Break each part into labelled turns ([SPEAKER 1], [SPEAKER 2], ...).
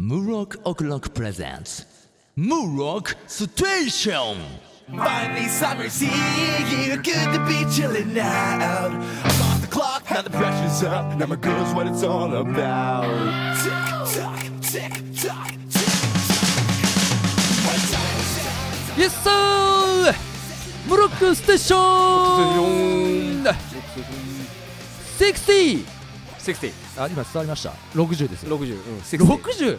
[SPEAKER 1] Murok O'Clock presents Murok Station!
[SPEAKER 2] Finally, summer's here. Good to be chilling out. I'm off the clock, now the pressure's up. Now my girl's what it's all about. Tick tock, tick tock, tick tock.
[SPEAKER 3] イエッサーブロックステーションセクシー
[SPEAKER 4] 60、
[SPEAKER 3] あ今伝わりました60ですよ
[SPEAKER 4] 60、うん、
[SPEAKER 3] 60、
[SPEAKER 4] 60。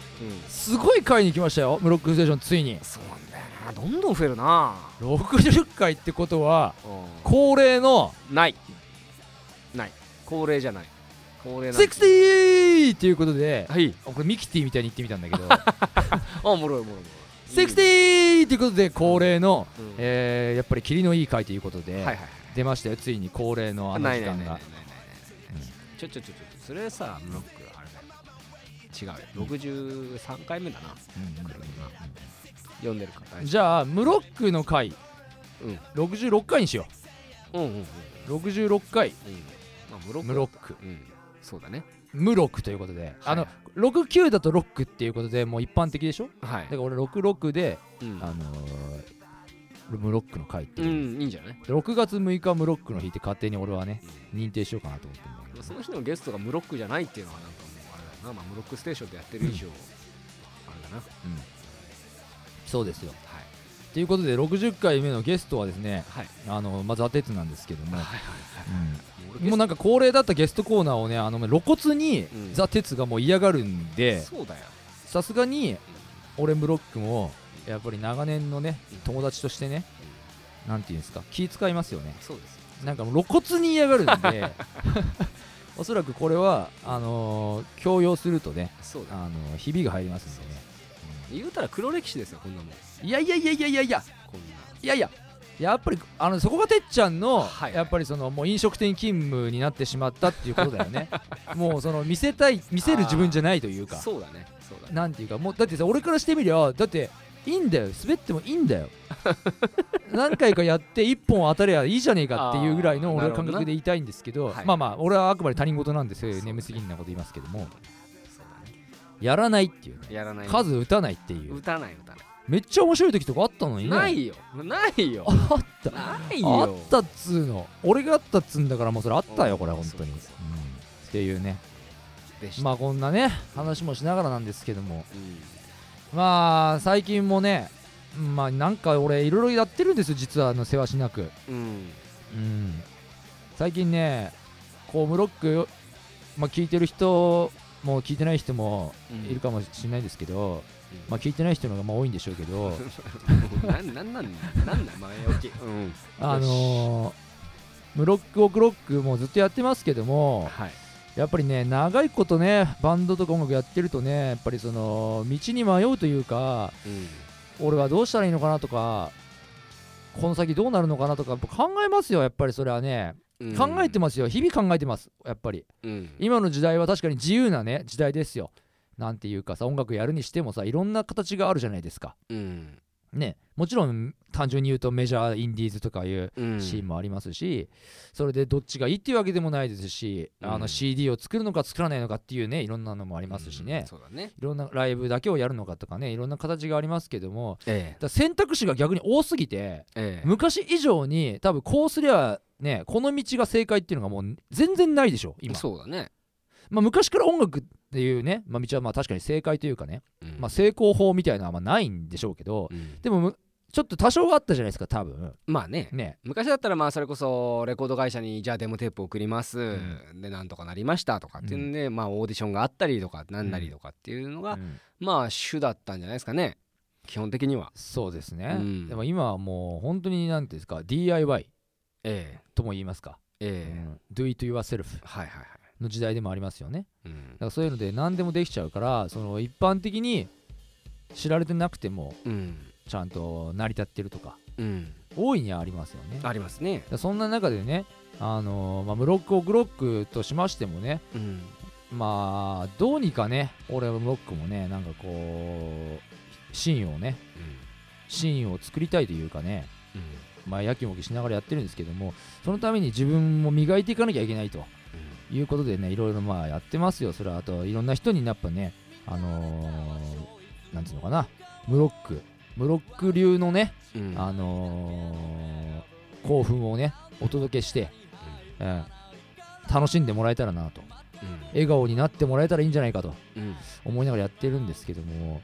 [SPEAKER 3] すごい回に来ましたよムロックステーションついに
[SPEAKER 4] そうなんだよな、どんどん増えるな。
[SPEAKER 3] 60回ってことは恒例の
[SPEAKER 4] ない。ない。高齢じゃない。高齢なんて
[SPEAKER 3] 60っていうことで、
[SPEAKER 4] はい。
[SPEAKER 3] あこれミキティみたいに言ってみたんだけど
[SPEAKER 4] あ、おもろいおもろいおもろい。
[SPEAKER 3] 60っていうことで恒例の、
[SPEAKER 4] うん
[SPEAKER 3] えーやっぱり霧のいい回ということで、
[SPEAKER 4] はいはいはい。
[SPEAKER 3] 出ましたよついに恒例のあ
[SPEAKER 4] あ
[SPEAKER 3] の
[SPEAKER 4] ない
[SPEAKER 3] 時
[SPEAKER 4] ない
[SPEAKER 3] 間
[SPEAKER 4] ないないない
[SPEAKER 3] が
[SPEAKER 4] ないないちょちょちょちょ、それさ、ブロック、あれだよ。違うよ。63回目だな。
[SPEAKER 3] うん
[SPEAKER 4] 読んでるから大丈
[SPEAKER 3] じゃあムロックの回、
[SPEAKER 4] うん
[SPEAKER 3] 66回にしよ
[SPEAKER 4] 夫。うんうんうん。うん。
[SPEAKER 3] う66回
[SPEAKER 4] まあ、ブロック。
[SPEAKER 3] ムロック
[SPEAKER 4] うん。そうだね。
[SPEAKER 3] ムロックということで、あ
[SPEAKER 4] は
[SPEAKER 3] の69だとロックっていうことでもう一般的でしょ
[SPEAKER 4] はい
[SPEAKER 3] だか。ら俺66で、
[SPEAKER 4] うん
[SPEAKER 3] あのームロックの回って
[SPEAKER 4] う
[SPEAKER 3] いう、
[SPEAKER 4] ん、いいんじゃない
[SPEAKER 3] で6月6日ムロックの日って勝手に俺はね認定しようかなと思ってるんだけど
[SPEAKER 4] その日のゲストがムロックじゃないっていうのはなんかもうあれだよな、まあ、ムロックステーションでやってる以上、あれだな、は
[SPEAKER 3] そうですよ
[SPEAKER 4] い、
[SPEAKER 3] ということで60回目のゲストはですね
[SPEAKER 4] はい、
[SPEAKER 3] あのまず当てつなんですけども、
[SPEAKER 4] も
[SPEAKER 3] うんもうなんか恒例だったゲストコーナーをねあの露骨に
[SPEAKER 4] うん
[SPEAKER 3] ザ・テツがもう嫌がるんで
[SPEAKER 4] そうだよ、
[SPEAKER 3] さすがに俺ムロックもやっぱり長年のね友達としてねなんていうんですか気遣いますよね
[SPEAKER 4] そうですよ、
[SPEAKER 3] なんかもう露骨に嫌がるん でおそらくこれはあのー強要するとね、
[SPEAKER 4] そうだ
[SPEAKER 3] あ
[SPEAKER 4] よ、
[SPEAKER 3] のーひびが入りますんでね
[SPEAKER 4] 言うたら黒歴史ですよ、こんなもん、
[SPEAKER 3] いやいやいやいやいやいや
[SPEAKER 4] こんな、
[SPEAKER 3] いやいややっぱりあのそこがてっちゃんの、
[SPEAKER 4] はい
[SPEAKER 3] やっぱりそのもう飲食店勤務になってしまったっていうことだよ ねもうその見せたい見せる自分じゃないというか
[SPEAKER 4] そうだね、そうだね、
[SPEAKER 3] なんていうかもうだってさ俺からしてみりゃだっていいんだよ滑ってもいいん だよ何回かやって1本当たりゃいいじゃねえかっていうぐらいの俺は感覚で言いたいんですけど
[SPEAKER 4] なるほどな
[SPEAKER 3] まあまあ俺はあくまで他人事なんでそう
[SPEAKER 4] そ
[SPEAKER 3] いうう
[SPEAKER 4] だね
[SPEAKER 3] 眠すぎんなこと言いますけども
[SPEAKER 4] そうだね、
[SPEAKER 3] やらないっていうね
[SPEAKER 4] やらない、
[SPEAKER 3] 数打たないっていう
[SPEAKER 4] 打たない、打たな
[SPEAKER 3] めっちゃ面白い時とかあったのに
[SPEAKER 4] い、
[SPEAKER 3] ね
[SPEAKER 4] ないよ、ないよ、
[SPEAKER 3] あった
[SPEAKER 4] ないよ、
[SPEAKER 3] あったっつうの俺があったっつうんだからもうそれあったよこれ
[SPEAKER 4] うん
[SPEAKER 3] 本当に、、
[SPEAKER 4] そううん
[SPEAKER 3] っ
[SPEAKER 4] そう
[SPEAKER 3] ていうね
[SPEAKER 4] でした、
[SPEAKER 3] まあこんなね話もしながらなんですけども
[SPEAKER 4] うん、
[SPEAKER 3] まあ最近もねまあなんか俺いろいろやってるんですよ実はあの世話しなく
[SPEAKER 4] うん、
[SPEAKER 3] うん最近ねこうムロック、まあ、聞いてる人も聞いてない人もいるかもしれないですけど、まあ聞いてない人の方がまあ多いんでしょうけど
[SPEAKER 4] なんなんなんなんなん前置き、うん、
[SPEAKER 3] あのームロックオクロックもずっとやってますけども
[SPEAKER 4] はい、
[SPEAKER 3] やっぱりね長いことねバンドとか音楽やってるとねやっぱりその道に迷うというか
[SPEAKER 4] うん、
[SPEAKER 3] 俺はどうしたらいいのかなとかこの先どうなるのかなとかやっぱ考えますよやっぱりそれはね、
[SPEAKER 4] うん
[SPEAKER 3] 考えて、ますよ日々考えてますやっぱり
[SPEAKER 4] うん、
[SPEAKER 3] 今の時代は確かに自由なね時代ですよなんていうかさ音楽やるにしてもさいろんな形があるじゃないですか
[SPEAKER 4] うん、
[SPEAKER 3] ねもちろん単純に言うとメジャーインディーズとかいう
[SPEAKER 4] うん、
[SPEAKER 3] シーンもありますし、それでどっちがいいっていうわけでもないですし、あ
[SPEAKER 4] う
[SPEAKER 3] の
[SPEAKER 4] ん
[SPEAKER 3] CD を作るのか作らないのかっていうねいろんなのもありますし
[SPEAKER 4] う
[SPEAKER 3] ね
[SPEAKER 4] ん、そうだね、
[SPEAKER 3] いろんなライブだけをやるのかとかねいろんな形がありますけども
[SPEAKER 4] え
[SPEAKER 3] だから選択肢が逆に多すぎて
[SPEAKER 4] えええ
[SPEAKER 3] 昔以上に多分こうすりゃねこの道が正解っていうのがもう全然ないでしょ今、
[SPEAKER 4] そうだね、
[SPEAKER 3] まあ、昔から音楽っていうね、まあ、道はまあ確かに正解というかね、
[SPEAKER 4] うん
[SPEAKER 3] まあ、成功法みたいなのはまあないんでしょうけど
[SPEAKER 4] うん
[SPEAKER 3] でもむちょっと多少はあったじゃないですか多分
[SPEAKER 4] まあね
[SPEAKER 3] ね
[SPEAKER 4] 昔だったらまあそれこそレコード会社にじゃあデモテープ送ります、
[SPEAKER 3] ん
[SPEAKER 4] でなんとかなりましたとかっていうんで、まあオーディションがあったりとかなんなりとかっていうのが、
[SPEAKER 3] うん
[SPEAKER 4] まあ主だったんじゃないですかね基本的には
[SPEAKER 3] そうですね、
[SPEAKER 4] うん
[SPEAKER 3] でも今はもう本当に何ていうんですか DIY
[SPEAKER 4] え
[SPEAKER 3] とも言いますか、
[SPEAKER 4] えええ
[SPEAKER 3] うん Do it yourself
[SPEAKER 4] はいはいはい、
[SPEAKER 3] の時代でもありますよね
[SPEAKER 4] うん
[SPEAKER 3] だからそういうので何でもできちゃうからその一般的に知られてなくても
[SPEAKER 4] うん
[SPEAKER 3] ちゃんと成り立ってるとか
[SPEAKER 4] うん、
[SPEAKER 3] 大いにありますよねだか
[SPEAKER 4] ありますね、
[SPEAKER 3] らそんな中でねあのーまあ、ムロックオクロックとしましてもね
[SPEAKER 4] うん、
[SPEAKER 3] まあどうにかね俺はムロックもねなんかこうシーンをねシーンを作りたいというかね
[SPEAKER 4] うんうん
[SPEAKER 3] まあやきもきしながらやってるんですけどもそのために自分も磨いていかなきゃいけないということでねいろいろまあやってますよそれはあといろんな人にやっぱねあのーなんつうのかなムロックムロック流のね、
[SPEAKER 4] うん
[SPEAKER 3] あのー興奮をねお届けして、えー楽しんでもらえたらなと笑顔になってもらえたらいいんじゃないかと
[SPEAKER 4] うんうん
[SPEAKER 3] 思いながらやってるんですけども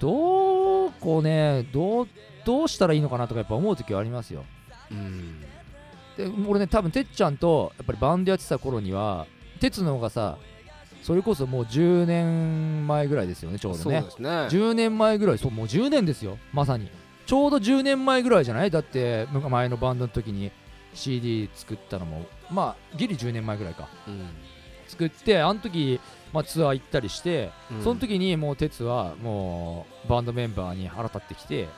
[SPEAKER 3] どうこうねどうどうしたらいいのかなとかやっぱ思う時はありますよ
[SPEAKER 4] うん
[SPEAKER 3] で俺ね多分てっちゃんとやっぱりバンドやってた頃にはてつの方がさそれこそもう10年前ぐらいですよねちょうど
[SPEAKER 4] そう
[SPEAKER 3] ね
[SPEAKER 4] ですね
[SPEAKER 3] 10年前ぐらいそうもう10年ですよまさにちょうど10年前ぐらいじゃないだってむ前のバンドの時に CD 作ったのもまあギリ10年前ぐらいか
[SPEAKER 4] うん
[SPEAKER 3] 作ってあの時、まあ、ツアー行ったりして、
[SPEAKER 4] うん
[SPEAKER 3] その時にもう哲はもうバンドメンバーに腹立ってき て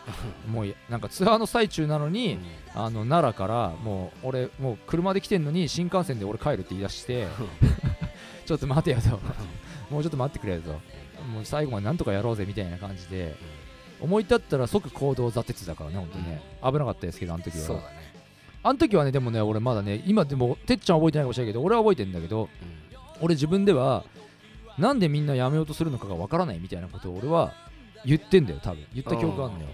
[SPEAKER 3] もういなんかツアーの最中なのに、あの奈良からもう俺もう車で来てんのに新幹線で俺帰るって言い出してちょっと待てよと もうちょっと待ってくれよともう最後までなんとかやろうぜみたいな感じで思い立ったら即行動挫折だからね本当にね、危なかったですけどあの時
[SPEAKER 4] そう
[SPEAKER 3] は
[SPEAKER 4] だね
[SPEAKER 3] あの時はねでもね俺まだね今でもてっちゃん覚えてないかもしれないけど俺は覚えてるんだけど俺自分ではなんでみんな辞めようとするのかがわからないみたいなことを俺は言ってんだよ多分言った記憶があるんだよ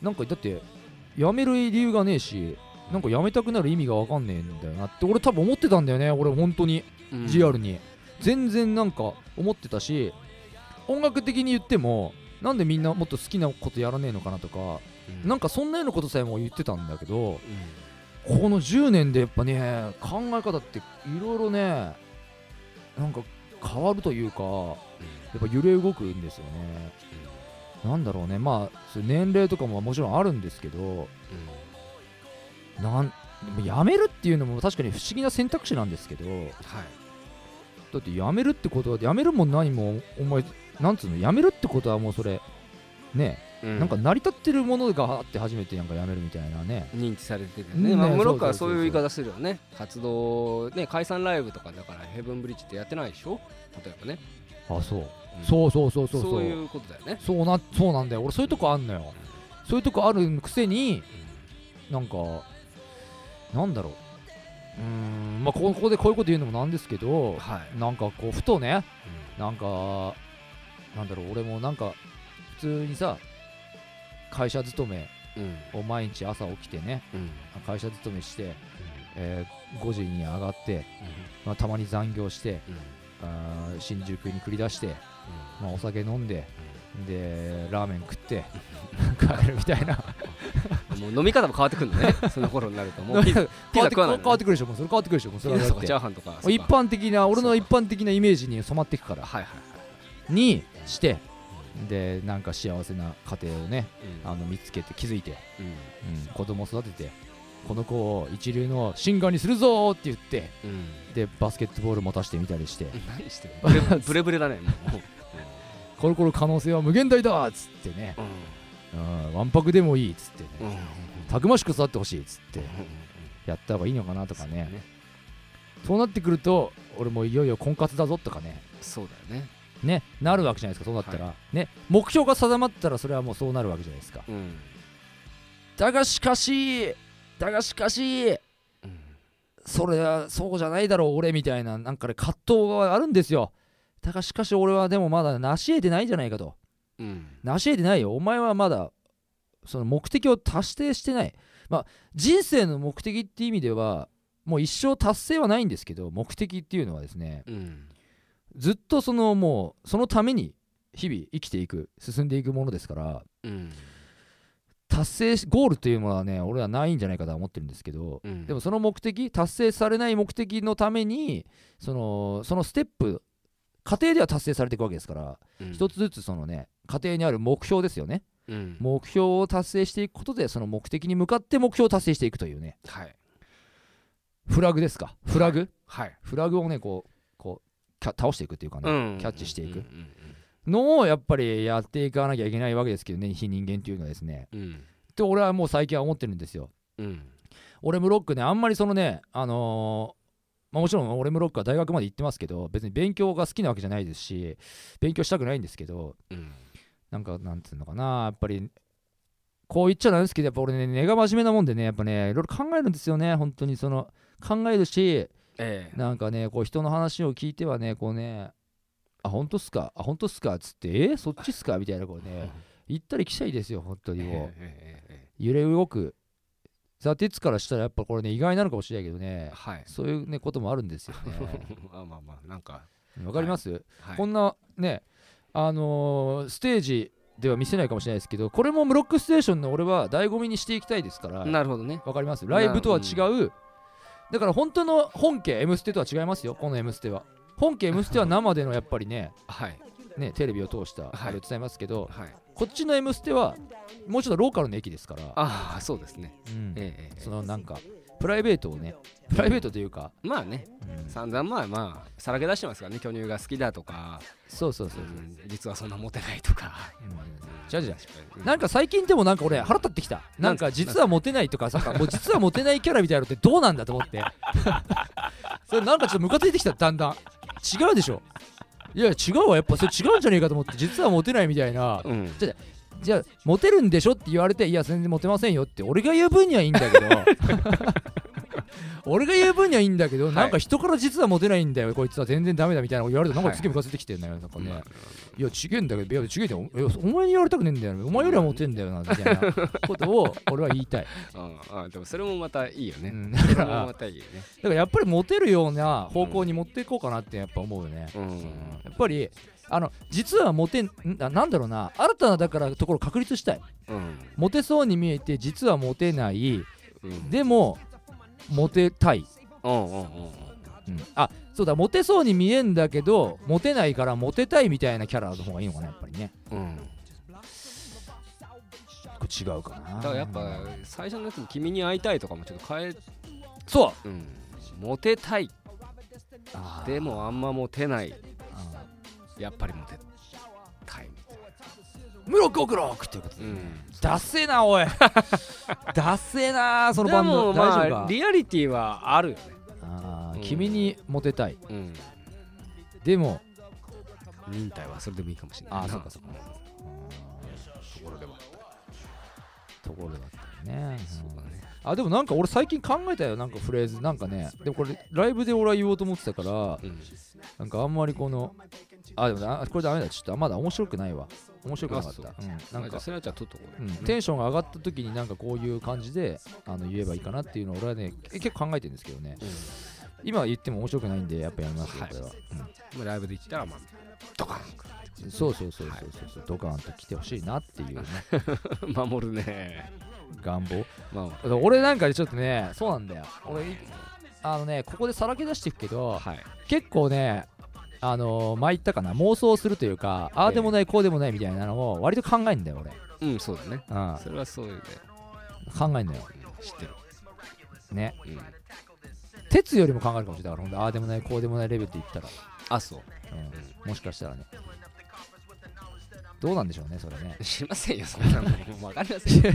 [SPEAKER 3] なんかだって辞める理由がねえしなんか辞めたくなる意味がわかんねえんだよなって俺多分思ってたんだよね俺本当に
[SPEAKER 4] うん
[SPEAKER 3] GR に、全然なんか思ってたし音楽的に言ってもなんでみんなもっと好きなことやらねえのかなとか、
[SPEAKER 4] うん
[SPEAKER 3] なんかそんなようなことさえも言ってたんだけど、
[SPEAKER 4] うん
[SPEAKER 3] この10年でやっぱね考え方っていろいろねなんか変わるというかやっぱ揺れ動くんですよね、なんだろうねまあそう年齢とかももちろんあるんですけど
[SPEAKER 4] うん
[SPEAKER 3] なんでも辞めるっていうのも確かに不思議な選択肢なんですけど
[SPEAKER 4] はい
[SPEAKER 3] だって辞めるってことは辞めるも何もお前なんつうの辞めるってことはもうそれね、なんか成り立ってるものがあって初めてなんか辞めるみたいなね
[SPEAKER 4] 認知されてるよ
[SPEAKER 3] ね
[SPEAKER 4] ね、まあ、ムロックは
[SPEAKER 3] そ
[SPEAKER 4] そうう
[SPEAKER 3] そうそうそう
[SPEAKER 4] いう言い方するよね活動ね解散ライブとかだからヘブンブリッジってやってないでしょ例えばね、
[SPEAKER 3] あそう、
[SPEAKER 4] うん
[SPEAKER 3] そうそうそうそう
[SPEAKER 4] そ
[SPEAKER 3] そうう
[SPEAKER 4] いうことだよね、
[SPEAKER 3] そうなそうなんだよ俺そういうとこあんのよそういうとこあるくせになんかなんだろううーんまあここここでこういうこと言うのもなんですけど
[SPEAKER 4] はい、
[SPEAKER 3] なんかこうふとねなんかなんだろう俺もなんか普通にさ会社勤め
[SPEAKER 4] うんうん
[SPEAKER 3] を毎日朝起きてね
[SPEAKER 4] うん
[SPEAKER 3] 会社勤めして、えー5時に上がって、まあ、たまに残業して
[SPEAKER 4] うん
[SPEAKER 3] あー新宿に繰り出して、まあ、お酒飲んででラーメン食って帰るみたいな
[SPEAKER 4] うんもう飲み方も変わってくる のねその頃になると もうピ
[SPEAKER 3] 変わ
[SPEAKER 4] ザピザ
[SPEAKER 3] って
[SPEAKER 4] 食
[SPEAKER 3] く
[SPEAKER 4] わな
[SPEAKER 3] る
[SPEAKER 4] いのね
[SPEAKER 3] 変わってくるでしょもうそれ変わってくるでしょもうそれはだ
[SPEAKER 4] そう
[SPEAKER 3] っ
[SPEAKER 4] か
[SPEAKER 3] て
[SPEAKER 4] チャーハンとか
[SPEAKER 3] 一般的な俺の
[SPEAKER 4] そう
[SPEAKER 3] 一
[SPEAKER 4] か
[SPEAKER 3] 般的なイメージに染まっていくから
[SPEAKER 4] はいはいはい
[SPEAKER 3] にしてでなんか幸せな家庭をねあの見つけて気づいて、
[SPEAKER 4] うん
[SPEAKER 3] うん、子供育ててこの子を一流のシンガーにするぞーって言って
[SPEAKER 4] うんうん
[SPEAKER 3] でバスケットボール持たしてみたりして
[SPEAKER 4] 何してるブレブレブレだねもう
[SPEAKER 3] コロコロ可能性は無限大だーっつってね、
[SPEAKER 4] うん
[SPEAKER 3] うん、わんぱくでもいいっつってね、
[SPEAKER 4] うんうん
[SPEAKER 3] たくましく育ってほしいっつって
[SPEAKER 4] うん
[SPEAKER 3] やった方がいいのかなとかね
[SPEAKER 4] そうね
[SPEAKER 3] そうなってくると俺もいよいよ婚活だぞとかね
[SPEAKER 4] そうだよね
[SPEAKER 3] ねなるわけじゃないですかそうなったら、ね目標が定まったらそれはもうそうなるわけじゃないですか
[SPEAKER 4] うん
[SPEAKER 3] だがしかしだがしかし
[SPEAKER 4] うん
[SPEAKER 3] それはそうじゃないだろう俺みたいななんかね葛藤があるんですよだがしかし俺はでもまだ成し得てないじゃないかと
[SPEAKER 4] うん
[SPEAKER 3] 成し得てないよお前はまだその目的を達成してないまあ人生の目的って意味ではもう一生達成はないんですけど目的っていうのはですね
[SPEAKER 4] うん
[SPEAKER 3] ずっとそのもうそのために日々生きていく進んでいくものですから
[SPEAKER 4] うん
[SPEAKER 3] 達成しゴールというものはね俺はないんじゃないかとは思ってるんですけど、
[SPEAKER 4] うん
[SPEAKER 3] でもその目的達成されない目的のためにそのそのステップ家庭では達成されていくわけですから、
[SPEAKER 4] うん
[SPEAKER 3] 一つずつそのね家庭にある目標ですよね
[SPEAKER 4] うん
[SPEAKER 3] 目標を達成していくことでその目的に向かって目標を達成していくというね
[SPEAKER 4] はい
[SPEAKER 3] フラグですかフラグ、
[SPEAKER 4] はい
[SPEAKER 3] フラグをねこうこうキャ倒していくっていうかね、
[SPEAKER 4] うん
[SPEAKER 3] キャッチしていく
[SPEAKER 4] うん
[SPEAKER 3] のをやっぱりやっていかなきゃいけないわけですけどね非人間っていうのはですね
[SPEAKER 4] うん
[SPEAKER 3] って俺はもう最近は思ってるんですよ
[SPEAKER 4] うんうん
[SPEAKER 3] 俺ムロックねあんまりそのねあのーまあ、もちろん俺ムロックは大学まで行ってますけど別に勉強が好きなわけじゃないですし勉強したくないんですけど
[SPEAKER 4] うん
[SPEAKER 3] なんかなんつうのかなやっぱりこう言っちゃなんですけどやっぱ俺ね根が真面目なもんでねやっぱねいろいろ考えるんですよね本当にその考えるし
[SPEAKER 4] ええ
[SPEAKER 3] なんかねこう人の話を聞いてはねこうねあ本当っすかあ本当っすか」っつって「えーそっちっすか?」みたいなこうね行ったり来たりですよ本当にもう
[SPEAKER 4] ええええ
[SPEAKER 3] 揺れ動くザ・テツからしたらやっぱこれね意外なのかもしれないけどね
[SPEAKER 4] はい
[SPEAKER 3] そういうねこともあるんですよ ね
[SPEAKER 4] まあまあまあなんか、
[SPEAKER 3] わかります、
[SPEAKER 4] はい、
[SPEAKER 3] こんなねあのーステージでは見せないかもしれないですけどこれもムロックステーションの俺は醍醐味にしていきたいですから
[SPEAKER 4] なるほどね
[SPEAKER 3] わかります
[SPEAKER 4] な
[SPEAKER 3] ライブとは違う、だから本当の本家 M ステとは違いますよこの M ステは本家 M ステは生でのやっぱりね
[SPEAKER 4] はい
[SPEAKER 3] ねテレビを通した
[SPEAKER 4] はい
[SPEAKER 3] あれを伝えますけど、
[SPEAKER 4] はい
[SPEAKER 3] こっちの M ステはもうちょっとローカルの駅ですから、
[SPEAKER 4] ああそうですね
[SPEAKER 3] うん
[SPEAKER 4] ええええ
[SPEAKER 3] そのなんかプライベートをねプライベートというか、
[SPEAKER 4] まあね
[SPEAKER 3] うん
[SPEAKER 4] 散々まあまあさらけ出してますからね巨乳が好きだとか、
[SPEAKER 3] そうそうそうう、
[SPEAKER 4] ん実はそんなモテないとか
[SPEAKER 3] じゃじゃ
[SPEAKER 4] う
[SPEAKER 3] なんか最近でもなんか俺腹立ってきたなんか実はモテないとかさ もう実はモテないキャラみたいなのってどうなんだと思って それなんかちょっとムカついてきただんだん違うでしょいや違うわやっぱそれ違うんじゃねえかと思って実はモテないみたいな
[SPEAKER 4] うん
[SPEAKER 3] じゃあモテるんでしょって言われていや全然モテませんよって俺が言う分にはいいんだ けど俺が言う分にはいいんだけど、
[SPEAKER 4] い
[SPEAKER 3] なんか人から実はモテないんだよこいつは全然ダメだみたいなこと言われてなんかすげえムカついてきてんだよなんかね、いや違えんだけどいや違えんだよいやお前に言われたくねえんだよお前よりはモテんだよなみたいなことを俺は言いたい、
[SPEAKER 4] うんあでもそれもまたいいよ
[SPEAKER 3] う
[SPEAKER 4] ね、
[SPEAKER 3] んだか
[SPEAKER 4] それも
[SPEAKER 3] ら
[SPEAKER 4] またいいよね
[SPEAKER 3] だからやっぱりモテるような方向に持っていこうかなってやっぱ思うよね、
[SPEAKER 4] うん
[SPEAKER 3] やっぱりあの実はモテんななんだろうな新たなだからところを確立したい
[SPEAKER 4] うん
[SPEAKER 3] モテそうに見えて実はモテない
[SPEAKER 4] うん
[SPEAKER 3] でもモテたい、
[SPEAKER 4] うんうんうんうん
[SPEAKER 3] うんあそうだモテそうに見えんだけどモテないからモテたいみたいなキャラの方がいいのかなやっぱりね
[SPEAKER 4] うん
[SPEAKER 3] これ違うかな
[SPEAKER 4] だからやっぱ最初のやつに「君に会いたい」とかもちょっと変え、
[SPEAKER 3] そう
[SPEAKER 4] うん、モテたい
[SPEAKER 3] あー
[SPEAKER 4] でもあんまモテない
[SPEAKER 3] あ
[SPEAKER 4] やっぱりモテたいみたい
[SPEAKER 3] ームロックオクロックっていうこと
[SPEAKER 4] な、うん、
[SPEAKER 3] ダッセーな おいダッセーなそのバンド
[SPEAKER 4] でもま
[SPEAKER 3] 大丈夫
[SPEAKER 4] あ
[SPEAKER 3] か
[SPEAKER 4] リアリティはあるよね、
[SPEAKER 3] あー
[SPEAKER 4] うん
[SPEAKER 3] 君にモテたい
[SPEAKER 4] うん、
[SPEAKER 3] でも
[SPEAKER 4] 忍耐はそれでもいいかもしれない
[SPEAKER 3] あー
[SPEAKER 4] な
[SPEAKER 3] そっかそっか
[SPEAKER 4] ところでは
[SPEAKER 3] ところだったね
[SPEAKER 4] そうだね
[SPEAKER 3] あでもなんか俺最近考えたよなんかフレーズなんかねでもこれライブで俺は言おうと思ってたから
[SPEAKER 4] うん
[SPEAKER 3] なんかあんまりこのあでもなこれダメだちょっとまだ面白くないわ面白くなかった
[SPEAKER 4] あ
[SPEAKER 3] うん
[SPEAKER 4] な
[SPEAKER 3] なんん
[SPEAKER 4] か
[SPEAKER 3] か
[SPEAKER 4] それはじゃあ取っとこう
[SPEAKER 3] う
[SPEAKER 4] ね
[SPEAKER 3] ん、テンションが上がった時になんかこういう感じであの言えばいいかなっていうのを俺はね結構考えてるんですけどね今言っても面白くないんでやっぱやめますよこれは、
[SPEAKER 4] まあライブで行ったらまあドカ
[SPEAKER 3] うんそうそうそうそうそうそうドカーンと来てほしいなっていうね
[SPEAKER 4] ン 守るね
[SPEAKER 3] 願望
[SPEAKER 4] まあま
[SPEAKER 3] 俺なんかねちょっとねそうなんだよ俺あのねここでさらけ出していくけど、
[SPEAKER 4] あはい
[SPEAKER 3] 結構ねあのー前言ったかな妄想するというかああでもないこうでもないみたいなのを割と考えんだよ俺、
[SPEAKER 4] うんそうだね
[SPEAKER 3] うん、
[SPEAKER 4] それはそういうね
[SPEAKER 3] 考えんだよ
[SPEAKER 4] うん知ってる
[SPEAKER 3] ね
[SPEAKER 4] うん
[SPEAKER 3] 鉄よりも考えるかもしれないだからほんとああでもないこうでもないレベルって言ったら、
[SPEAKER 4] あそう
[SPEAKER 3] うん、もしかしたらねどうなんでしょうねそれね
[SPEAKER 4] 知りませんよそんなの分かりませんよ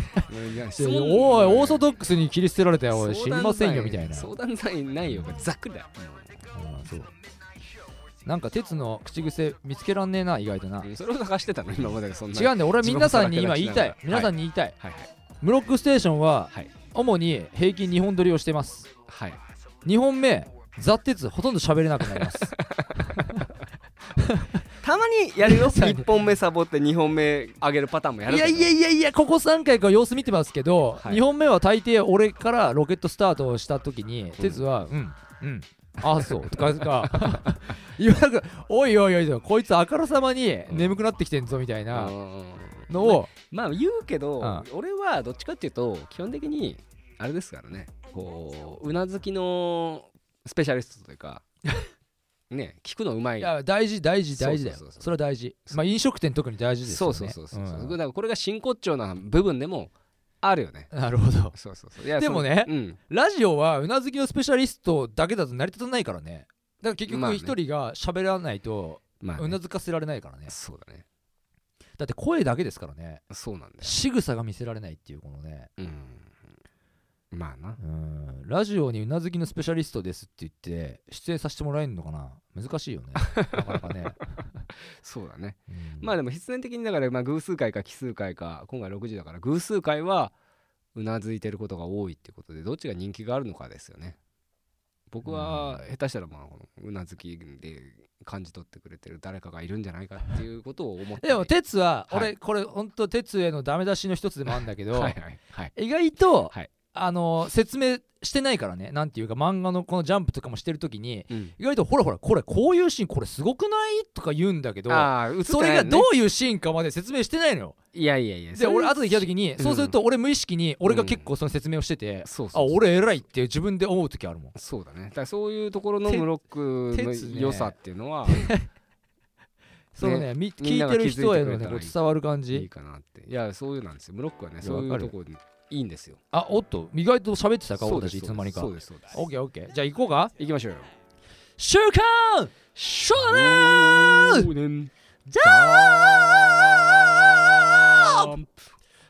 [SPEAKER 4] いや質問
[SPEAKER 3] おいオーソドックスに切り捨てられたよおい知
[SPEAKER 4] 相
[SPEAKER 3] り
[SPEAKER 4] 談
[SPEAKER 3] ませんよ
[SPEAKER 4] ない
[SPEAKER 3] みたいな
[SPEAKER 4] 相談ないないよざっくりだよ
[SPEAKER 3] うんそうなんか鉄の口癖見つけらんねえな意外とな
[SPEAKER 4] うんそれを探してたの今までそんな
[SPEAKER 3] 違うんだよ俺は皆さんに今言いたい
[SPEAKER 4] 自分
[SPEAKER 3] 皆
[SPEAKER 4] の
[SPEAKER 3] さ
[SPEAKER 4] 中
[SPEAKER 3] んに言いたい、
[SPEAKER 4] はいはい
[SPEAKER 3] ムロックステーションは
[SPEAKER 4] はい
[SPEAKER 3] 主に平均2本撮りをしてます
[SPEAKER 4] はい
[SPEAKER 3] 2本目ザ・鉄ほとんど喋れなくなります
[SPEAKER 4] たまにやる よ
[SPEAKER 3] そう
[SPEAKER 4] 1本目サボって2本目上げるパターンもやる
[SPEAKER 3] いやいやいやいやここ3回から様子見てますけど、
[SPEAKER 4] はい
[SPEAKER 3] 2本目は大抵俺からロケットスタートをした時に鉄は「うんうんああそう」とかとか言わなくおいおいおいおいこいつあからさまに眠くなってきてんぞ」みたいなの
[SPEAKER 4] の
[SPEAKER 3] を、
[SPEAKER 4] まあ言うけど、
[SPEAKER 3] うん
[SPEAKER 4] 俺はどっちかっていうと基本的にあれですからねこううなずきのスペシャリストというかね聞くのうまい
[SPEAKER 3] いや大事大事大事だよ
[SPEAKER 4] そうそうそうそう
[SPEAKER 3] それは大事まあ飲食店特に大事です
[SPEAKER 4] そ
[SPEAKER 3] よ
[SPEAKER 4] う
[SPEAKER 3] ね
[SPEAKER 4] そうそうそう、
[SPEAKER 3] ん
[SPEAKER 4] だからこれが真骨頂な部分でもあるよね
[SPEAKER 3] なるほど
[SPEAKER 4] そうそうそういや
[SPEAKER 3] でもね
[SPEAKER 4] そのうん
[SPEAKER 3] ラジオはうなずきのスペシャリストだけだと成り立たないからねだから結
[SPEAKER 4] まあ
[SPEAKER 3] 局
[SPEAKER 4] ね
[SPEAKER 3] 一人が喋らないと
[SPEAKER 4] まあね、
[SPEAKER 3] うなずかせられないからね
[SPEAKER 4] そうだね
[SPEAKER 3] だって声だけですからね
[SPEAKER 4] そうなんだよ
[SPEAKER 3] 仕草が見せられないっていうこのね
[SPEAKER 4] うんまあな
[SPEAKER 3] うんラジオにうなずきのスペシャリストですって言って出演させてもらえるのかな難しいよ ねなかなかね、
[SPEAKER 4] そうだね
[SPEAKER 3] うん
[SPEAKER 4] まあでも必然的にだから、まあ、偶数回か奇数回か今回60だから偶数回はうなずいてることが多いってことでどっちが人気があるのかですよね僕は下手したらまあこのうなずきで感じ取ってくれてる誰かがいるんじゃないかっていうことを思って
[SPEAKER 3] でも鉄は
[SPEAKER 4] はい
[SPEAKER 3] 俺これ本当鉄へのダメ出しの一つでもあるんだけど
[SPEAKER 4] はいはいはい
[SPEAKER 3] 意外と
[SPEAKER 4] はい
[SPEAKER 3] あの説明してないからねなんていうか漫画のこのジャンプとかもしてる時に
[SPEAKER 4] うん
[SPEAKER 3] 意外とほらほらこれこういうシーンこれすごくないとか言うんだけど
[SPEAKER 4] ああ
[SPEAKER 3] それがどういうシーンかまで説明してないのよ
[SPEAKER 4] いやいやいやそ
[SPEAKER 3] で
[SPEAKER 4] れ
[SPEAKER 3] 俺後で聞いた時に
[SPEAKER 4] うん
[SPEAKER 3] そうすると俺無意識に俺が結構その説明をしてて
[SPEAKER 4] そう
[SPEAKER 3] あ
[SPEAKER 4] そうそう
[SPEAKER 3] 俺偉いって自分で思う時あるもん
[SPEAKER 4] そうだねだからそういうところのムロック
[SPEAKER 3] て
[SPEAKER 4] の
[SPEAKER 3] 鉄ね
[SPEAKER 4] 良さっていうの は
[SPEAKER 3] そのねみ
[SPEAKER 4] みん
[SPEAKER 3] 聞
[SPEAKER 4] ない
[SPEAKER 3] て
[SPEAKER 4] が気づ
[SPEAKER 3] る
[SPEAKER 4] いてく
[SPEAKER 3] 人
[SPEAKER 4] れたら
[SPEAKER 3] へのねこう伝わる感
[SPEAKER 4] いい
[SPEAKER 3] じ
[SPEAKER 4] かなっていやそういうなんですよムロックはね
[SPEAKER 3] や
[SPEAKER 4] そうい
[SPEAKER 3] わ
[SPEAKER 4] う
[SPEAKER 3] かる
[SPEAKER 4] とこにいいんですよ
[SPEAKER 3] あおっと意外と喋ってたか
[SPEAKER 4] そ
[SPEAKER 3] 俺
[SPEAKER 4] うで
[SPEAKER 3] た
[SPEAKER 4] す
[SPEAKER 3] ちいつの間にか
[SPEAKER 4] そうですそうです
[SPEAKER 3] オッケーオッケーじゃあ行こうか
[SPEAKER 4] 行きましょうよ
[SPEAKER 3] 週刊少年ジャンプ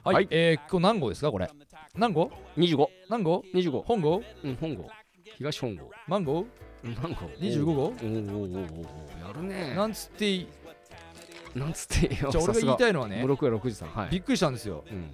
[SPEAKER 3] はい、
[SPEAKER 4] はい
[SPEAKER 3] えー、これ何号ですかこれ何号
[SPEAKER 4] 25
[SPEAKER 3] 何号
[SPEAKER 4] 25
[SPEAKER 3] 本号
[SPEAKER 4] うん本郷東本郷
[SPEAKER 3] マン号
[SPEAKER 4] うん本郷
[SPEAKER 3] 25号
[SPEAKER 4] おーおーおーおーやるね
[SPEAKER 3] なんつっていい
[SPEAKER 4] なんつってよ
[SPEAKER 3] じゃあ俺が言いたいのは
[SPEAKER 4] ね
[SPEAKER 3] ね
[SPEAKER 4] ムロックは6時さんは
[SPEAKER 3] び
[SPEAKER 4] い
[SPEAKER 3] っくりしたんですよ
[SPEAKER 4] うん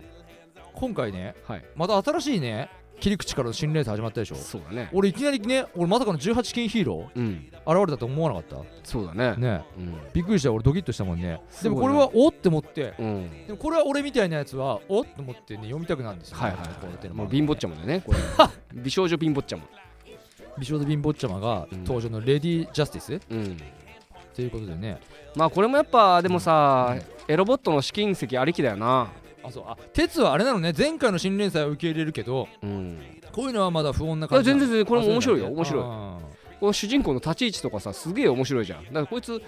[SPEAKER 3] 今回ね
[SPEAKER 4] はい
[SPEAKER 3] また新しいね切り口からの新レース始まったでしょ
[SPEAKER 4] そうだね
[SPEAKER 3] 俺いきなりね俺まさかの18金ヒーロ
[SPEAKER 4] う
[SPEAKER 3] ー
[SPEAKER 4] ん
[SPEAKER 3] 現れたと思わなかっ
[SPEAKER 4] そうだ
[SPEAKER 3] た
[SPEAKER 4] ね
[SPEAKER 3] ね
[SPEAKER 4] うん
[SPEAKER 3] びっくりした俺ドキッとしたもんね
[SPEAKER 4] す
[SPEAKER 3] で
[SPEAKER 4] ごい
[SPEAKER 3] も
[SPEAKER 4] ね
[SPEAKER 3] これはおって思って
[SPEAKER 4] うん
[SPEAKER 3] でもこれは俺みたいなやつはおっと思ってね読みたくなるんですよ、
[SPEAKER 4] はいはい
[SPEAKER 3] こうやっ
[SPEAKER 4] は
[SPEAKER 3] て
[SPEAKER 4] い
[SPEAKER 3] の
[SPEAKER 4] も
[SPEAKER 3] も
[SPEAKER 4] う貧乏ちゃまだよねこれ美少女貧乏ちゃま
[SPEAKER 3] 美少女貧乏ちゃまが
[SPEAKER 4] うん
[SPEAKER 3] 登場のレディー・ジャスティス
[SPEAKER 4] うん
[SPEAKER 3] ということでね
[SPEAKER 4] まあこれもやっぱでもさエロボットの試金石ありきだよな
[SPEAKER 3] あそうあ鉄はあれなのね前回の新連載は受け入れるけど
[SPEAKER 4] うん
[SPEAKER 3] こういうのはまだ不穏ない
[SPEAKER 4] や
[SPEAKER 3] 感じ
[SPEAKER 4] 全然全然これも面白いよ
[SPEAKER 3] あ
[SPEAKER 4] 面白い
[SPEAKER 3] そうなんだ
[SPEAKER 4] この主人公の立ち位置とかさすげえ面白いじゃんだからこいつ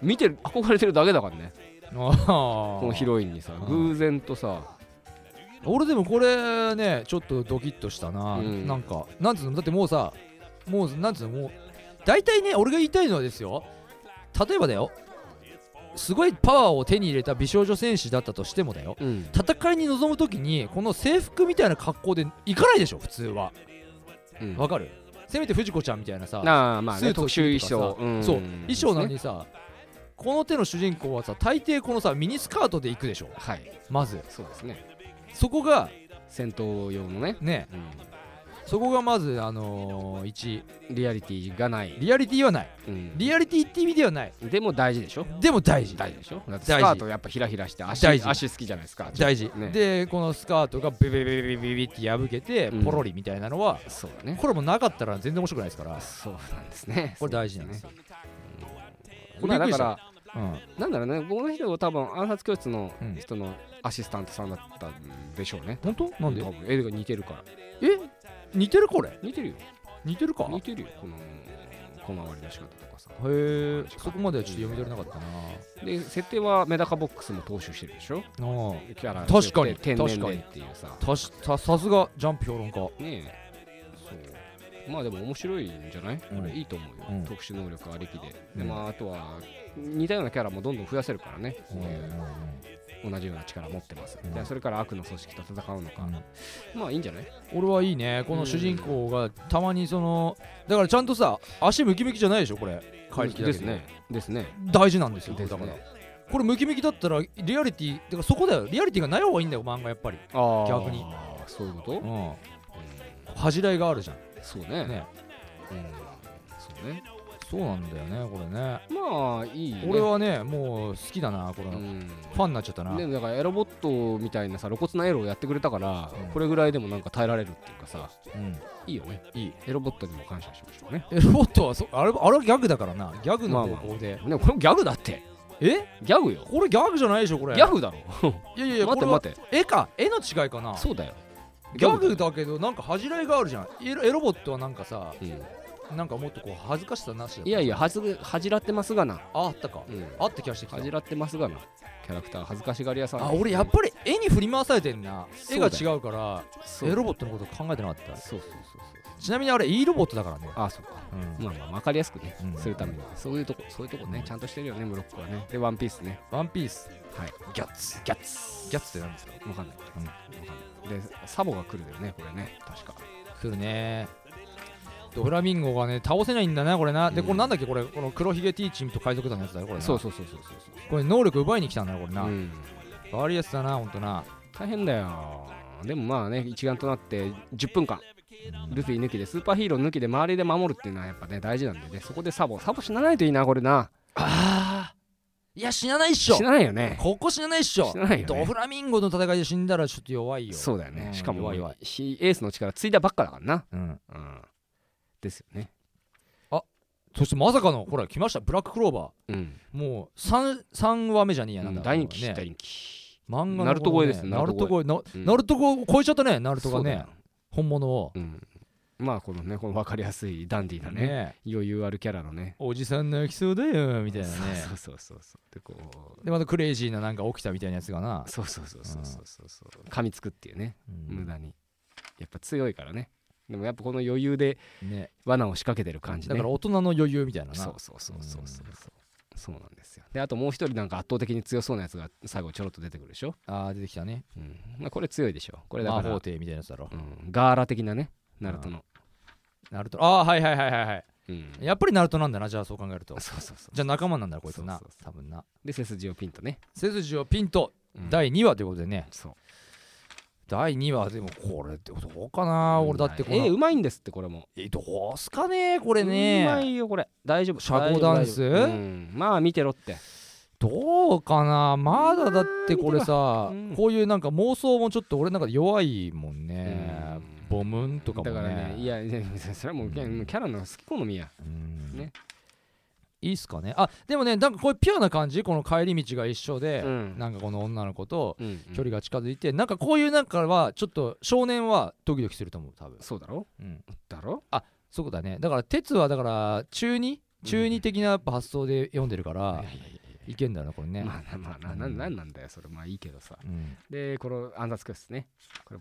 [SPEAKER 4] 見てる憧れてるだけだからね
[SPEAKER 3] あー
[SPEAKER 4] このヒロインにさ
[SPEAKER 3] ー
[SPEAKER 4] 偶然とさ
[SPEAKER 3] 俺でもこれねちょっとドキッとしたな、
[SPEAKER 4] うん
[SPEAKER 3] なんかなんつうのだってもうさもうなんつうのもう大体ね俺が言いたいのはですよ例えばだよすごいパワーを手に入れた美少女戦士だったとしてもだよ
[SPEAKER 4] うん
[SPEAKER 3] 戦いに臨む時にこの制服みたいな格好で行かないでしょ普通は
[SPEAKER 4] うん
[SPEAKER 3] わかるせめて藤子ちゃんみたいなさ
[SPEAKER 4] なあまあ
[SPEAKER 3] ス
[SPEAKER 4] ね
[SPEAKER 3] ーツを
[SPEAKER 4] 特
[SPEAKER 3] 着て
[SPEAKER 4] 殊衣
[SPEAKER 3] るとかさ
[SPEAKER 4] 装ん
[SPEAKER 3] そう衣装なの
[SPEAKER 4] で
[SPEAKER 3] にさこの手の主人公はさ大抵このさミニスカートで行くでしょ
[SPEAKER 4] すねはい
[SPEAKER 3] まず
[SPEAKER 4] そうですね
[SPEAKER 3] そこが
[SPEAKER 4] 戦闘用のね
[SPEAKER 3] ね
[SPEAKER 4] うん
[SPEAKER 3] そこがまずあのー、1
[SPEAKER 4] リアリティがない
[SPEAKER 3] リアリティはない
[SPEAKER 4] うん
[SPEAKER 3] リアリティって意味ではない
[SPEAKER 4] でも大事でしょ
[SPEAKER 3] でも大事
[SPEAKER 4] 大事でしょだってス
[SPEAKER 3] 大事
[SPEAKER 4] カートやっぱヒラヒラして足
[SPEAKER 3] 大事
[SPEAKER 4] 足好きじゃないですか
[SPEAKER 3] 大事、
[SPEAKER 4] ね
[SPEAKER 3] でこのスカートがビビビビビビビって破けて
[SPEAKER 4] うん
[SPEAKER 3] ポロリみたいなのは、
[SPEAKER 4] そうだね
[SPEAKER 3] これもなかったら全然面白くないですから、
[SPEAKER 4] そうなんですね
[SPEAKER 3] これ大事なんです
[SPEAKER 4] よ
[SPEAKER 3] これ
[SPEAKER 4] だ
[SPEAKER 3] びっくりし
[SPEAKER 4] か
[SPEAKER 3] た
[SPEAKER 4] ら
[SPEAKER 3] うん、
[SPEAKER 4] なんだろうねこの人は多分暗殺教室の
[SPEAKER 3] うん
[SPEAKER 4] 人のアシスタントさんだったんでしょうね
[SPEAKER 3] 本当なんで
[SPEAKER 4] 多分絵が似てるから
[SPEAKER 3] え似てるこれ
[SPEAKER 4] 似てるよ
[SPEAKER 3] 似てるか
[SPEAKER 4] 似てるよこの小回り出し方とかさ
[SPEAKER 3] へえそこまではちょっと読み取れなかったな
[SPEAKER 4] で設定はメダカボックスも踏襲してるでしょ
[SPEAKER 3] あ
[SPEAKER 4] キャラ
[SPEAKER 3] 確かに
[SPEAKER 4] 天然
[SPEAKER 3] 確か
[SPEAKER 4] で
[SPEAKER 3] に
[SPEAKER 4] っていうさ
[SPEAKER 3] あたしたさすがジャンプ評論家
[SPEAKER 4] ねえそうまあでも面白いんじゃない、
[SPEAKER 3] うん
[SPEAKER 4] これいいと思うよ、
[SPEAKER 3] うん
[SPEAKER 4] 特殊能力ありきで,、
[SPEAKER 3] う
[SPEAKER 4] で
[SPEAKER 3] ん
[SPEAKER 4] まあ、あとは似たようなキャラもどんどん増やせるからね、
[SPEAKER 3] うん
[SPEAKER 4] 同じような力持ってます、
[SPEAKER 3] うん
[SPEAKER 4] でそれから悪の組織と戦うのか、まあいいんじゃない
[SPEAKER 3] 俺はいいねこの主人公がたまにそのだからちゃんとさ足ムキムキじゃないでしょこれ怪力だけ
[SPEAKER 4] ですねですね
[SPEAKER 3] 大事なんですよ
[SPEAKER 4] です
[SPEAKER 3] だ
[SPEAKER 4] ね
[SPEAKER 3] からこれムキムキだったらリアリティだからそこだよリアリティがない方がいいんだよ漫画やっぱり、
[SPEAKER 4] あー
[SPEAKER 3] 逆に
[SPEAKER 4] そういうこと、
[SPEAKER 3] う
[SPEAKER 4] うん
[SPEAKER 3] ん、恥じらいがあるじゃん
[SPEAKER 4] そうね
[SPEAKER 3] ね
[SPEAKER 4] うん、そうね
[SPEAKER 3] そうなんだよねこれね
[SPEAKER 4] まあいいよね
[SPEAKER 3] 俺はねもう好きだなこれ、
[SPEAKER 4] う
[SPEAKER 3] フ
[SPEAKER 4] ん
[SPEAKER 3] ァンになっちゃったな、
[SPEAKER 4] でもだからエロボットみたいなさ露骨なエロをやってくれたから、
[SPEAKER 3] うん
[SPEAKER 4] これぐらいでもなんか耐えられるっていうかさ
[SPEAKER 3] うん、
[SPEAKER 4] いいよねいいエロボットにも感謝しましょうね
[SPEAKER 3] えロボットはそあれあれはギャグだからなギャグの方向で、
[SPEAKER 4] でもこれもギャグだって
[SPEAKER 3] え
[SPEAKER 4] ギャグよ
[SPEAKER 3] これギャグじゃないでしょこれ
[SPEAKER 4] ギャグだろ
[SPEAKER 3] いやいやいや
[SPEAKER 4] 待って待って
[SPEAKER 3] これは絵か絵の違いかな
[SPEAKER 4] そうだよ
[SPEAKER 3] ギャグだけどなんか恥じらいがあるじゃんエロエロボットはなんかさ
[SPEAKER 4] うん
[SPEAKER 3] なんかもっとこう恥ずかしさなしだった
[SPEAKER 4] いやいやはず恥じらってますがな、
[SPEAKER 3] ああったか、
[SPEAKER 4] うん、
[SPEAKER 3] あった気がしてきた
[SPEAKER 4] 恥じらってますがなキャラクター恥ずかしがり屋さん
[SPEAKER 3] あ俺やっぱり絵に振り回されてんな
[SPEAKER 4] そ
[SPEAKER 3] 絵
[SPEAKER 4] うだ
[SPEAKER 3] が
[SPEAKER 4] よ
[SPEAKER 3] 違うから
[SPEAKER 4] そう
[SPEAKER 3] 絵ロボットのこと考えてなかった
[SPEAKER 4] そうそうそうそう
[SPEAKER 3] ちなみにあれ E ロボットだからね、
[SPEAKER 4] あそうか
[SPEAKER 3] うん
[SPEAKER 4] まあまあ分かりやすくね、
[SPEAKER 3] うん
[SPEAKER 4] するためにそういうとこそういうとこねちゃんとしてるよねムロックはねでワンピースね
[SPEAKER 3] ワンピース
[SPEAKER 4] はいギャッツギャッツ
[SPEAKER 3] ギャッツって何ですか
[SPEAKER 4] わかんない。
[SPEAKER 3] うん
[SPEAKER 4] わかんない。で、サボが来るだよね、これね、確か。
[SPEAKER 3] 来るねドラミンゴがね倒せないんだなこれな、で
[SPEAKER 4] うん
[SPEAKER 3] これなんだっけこれこの黒ひげティーチンと海賊団のやつだよこれな
[SPEAKER 4] そうそうそうそうそう
[SPEAKER 3] これ能力奪いに来たんだなこれな、
[SPEAKER 4] そう。う
[SPEAKER 3] 悪
[SPEAKER 4] ん。
[SPEAKER 3] い悪いやつだなほんとな
[SPEAKER 4] 大変だよ。でもまあね、一丸となって10分間ルフィ抜きでスーパーヒーロー抜きで周りで守るっていうのはやっぱね大事なんでねそこでサボサボ死なないといいなこれな
[SPEAKER 3] ああいや死なないっしょ
[SPEAKER 4] 死なないよね
[SPEAKER 3] ここ死なないっしょ
[SPEAKER 4] 死なないよね
[SPEAKER 3] ドフラミンゴの戦いで死んだらちょっと弱いよ
[SPEAKER 4] そうだよね
[SPEAKER 3] ん
[SPEAKER 4] しかも
[SPEAKER 3] 弱い弱い、
[SPEAKER 4] ひエースの力ついだばっかだからな
[SPEAKER 3] うん、
[SPEAKER 4] うんですよね
[SPEAKER 3] そしてまさかのほら来ましたブラッククローバー
[SPEAKER 4] うん
[SPEAKER 3] もう 3, 三話目じゃねえやなんだ、
[SPEAKER 4] 大人気
[SPEAKER 3] これは
[SPEAKER 4] 大
[SPEAKER 3] ね
[SPEAKER 4] 人気
[SPEAKER 3] 漫画の
[SPEAKER 4] ナルト超えです
[SPEAKER 3] こ
[SPEAKER 4] ね
[SPEAKER 3] のナルト超えな
[SPEAKER 4] うん
[SPEAKER 3] ナルト超え超えちゃったねナルト
[SPEAKER 4] そう
[SPEAKER 3] が
[SPEAKER 4] だ
[SPEAKER 3] ね
[SPEAKER 4] よ
[SPEAKER 3] 本物を
[SPEAKER 4] うんまあこのねこの分かりやすいダンディーなね
[SPEAKER 3] ね
[SPEAKER 4] 余裕あるキャラのね
[SPEAKER 3] おじさんのきそうだよみたいなね
[SPEAKER 4] そうそうそうそうでこう
[SPEAKER 3] でまたクレイジーななんか起きたみたいなやつがな、
[SPEAKER 4] そうそうそうそうそうそうそう噛みつくっていうね
[SPEAKER 3] うん
[SPEAKER 4] 無駄にやっぱ強いからねでもやっぱこの余裕で
[SPEAKER 3] ね
[SPEAKER 4] 罠を仕掛けてる感じ
[SPEAKER 3] だ
[SPEAKER 4] ね
[SPEAKER 3] から大人の余裕みたいなな
[SPEAKER 4] そうそうそうそうそうそうそうなんですよであともう一人なんか圧倒的に強そうなやつが最後ちょろっと出てくるでしょ、
[SPEAKER 3] あー出てきたね
[SPEAKER 4] うんまあ、これ強いでしょこれだか
[SPEAKER 3] 魔
[SPEAKER 4] ら
[SPEAKER 3] 法、帝みたいなやつだろ
[SPEAKER 4] うん、ガーラ的なねナルトの、
[SPEAKER 3] ナルトああはいはいはいはいはい
[SPEAKER 4] うん、
[SPEAKER 3] やっぱりナルトなんだなじゃあそう考えると
[SPEAKER 4] そうそうそう
[SPEAKER 3] じゃあ仲間なんだなこいつな
[SPEAKER 4] そうそうそ
[SPEAKER 3] 多分な
[SPEAKER 4] で背筋をピンとね、
[SPEAKER 3] 背筋をピンと
[SPEAKER 4] うん
[SPEAKER 3] 第2話ということでね、
[SPEAKER 4] そう
[SPEAKER 3] 第2話でもこれってどうかな、俺だってこ
[SPEAKER 4] え
[SPEAKER 3] の、
[SPEAKER 4] うまいんですってこれも
[SPEAKER 3] えどうすかねこれ
[SPEAKER 4] うま
[SPEAKER 3] ね
[SPEAKER 4] いよこれ大丈夫
[SPEAKER 3] 社交ダンス
[SPEAKER 4] 大丈夫大丈夫うん、まあ見てろって
[SPEAKER 3] どうかなまだだってこれさ、
[SPEAKER 4] うん
[SPEAKER 3] こういうなんか妄想もちょっと俺の中で弱いもんね、
[SPEAKER 4] うん
[SPEAKER 3] ボムンとかもね
[SPEAKER 4] だからねいやいやいやそれはもうキャもうキャラの好き好みや
[SPEAKER 3] うん
[SPEAKER 4] ね
[SPEAKER 3] いいっすかねあでもねなんかこういうピュアな感じこの帰り道が一緒で、
[SPEAKER 4] うん
[SPEAKER 3] なんかこの女の子と
[SPEAKER 4] うん、
[SPEAKER 3] 距離が近づいて、なんかこういうなんかはちょっと少年はドキドキすると思う多分、
[SPEAKER 4] そうだろ
[SPEAKER 3] うん、
[SPEAKER 4] だろ
[SPEAKER 3] そうだねだから鉄はだから中二中二的なやっぱ発想で読んでるから
[SPEAKER 4] いやいやいやい
[SPEAKER 3] いけんだよなこれね、
[SPEAKER 4] やまあなまあなな
[SPEAKER 3] うん
[SPEAKER 4] なんなんだよそれまあいいけどさ
[SPEAKER 3] うん
[SPEAKER 4] でこの暗殺教室ねこれ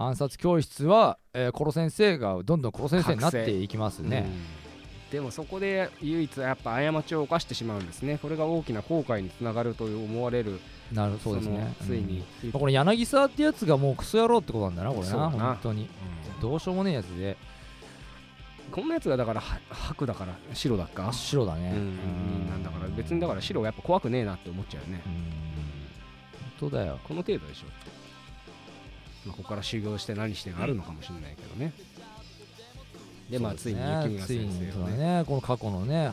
[SPEAKER 3] 暗殺教室は、えー、コロ先生がどんどんコロ先生になっ
[SPEAKER 4] 覚
[SPEAKER 3] て
[SPEAKER 4] 醒
[SPEAKER 3] いきますね、
[SPEAKER 4] うんでもそこで唯一やっぱ過ちを犯してしまうんですねこれが大きな後悔につながると思われる
[SPEAKER 3] なるそうですね
[SPEAKER 4] のついに、
[SPEAKER 3] うんまあこの柳沢ってやつがもうクソ野郎ってことなんだなこれ
[SPEAKER 4] そう
[SPEAKER 3] な
[SPEAKER 4] だな
[SPEAKER 3] 本当にどうしようもねえやつで
[SPEAKER 4] こんなやつがだからは白だから白だっか
[SPEAKER 3] 白だね
[SPEAKER 4] うんなんだから別にだから白がやっぱ怖くねえなって思っちゃうよね
[SPEAKER 3] うん本当だよ
[SPEAKER 4] この程度でしょって、まあ、ここから修行して何してがあるのかもしれないけどね、でまあつ
[SPEAKER 3] そ
[SPEAKER 4] いうに
[SPEAKER 3] で
[SPEAKER 4] 雪
[SPEAKER 3] すね
[SPEAKER 4] 村
[SPEAKER 3] つい
[SPEAKER 4] 先
[SPEAKER 3] に
[SPEAKER 4] 生
[SPEAKER 3] そう
[SPEAKER 4] を
[SPEAKER 3] だ
[SPEAKER 4] ね
[SPEAKER 3] ねこの過去のね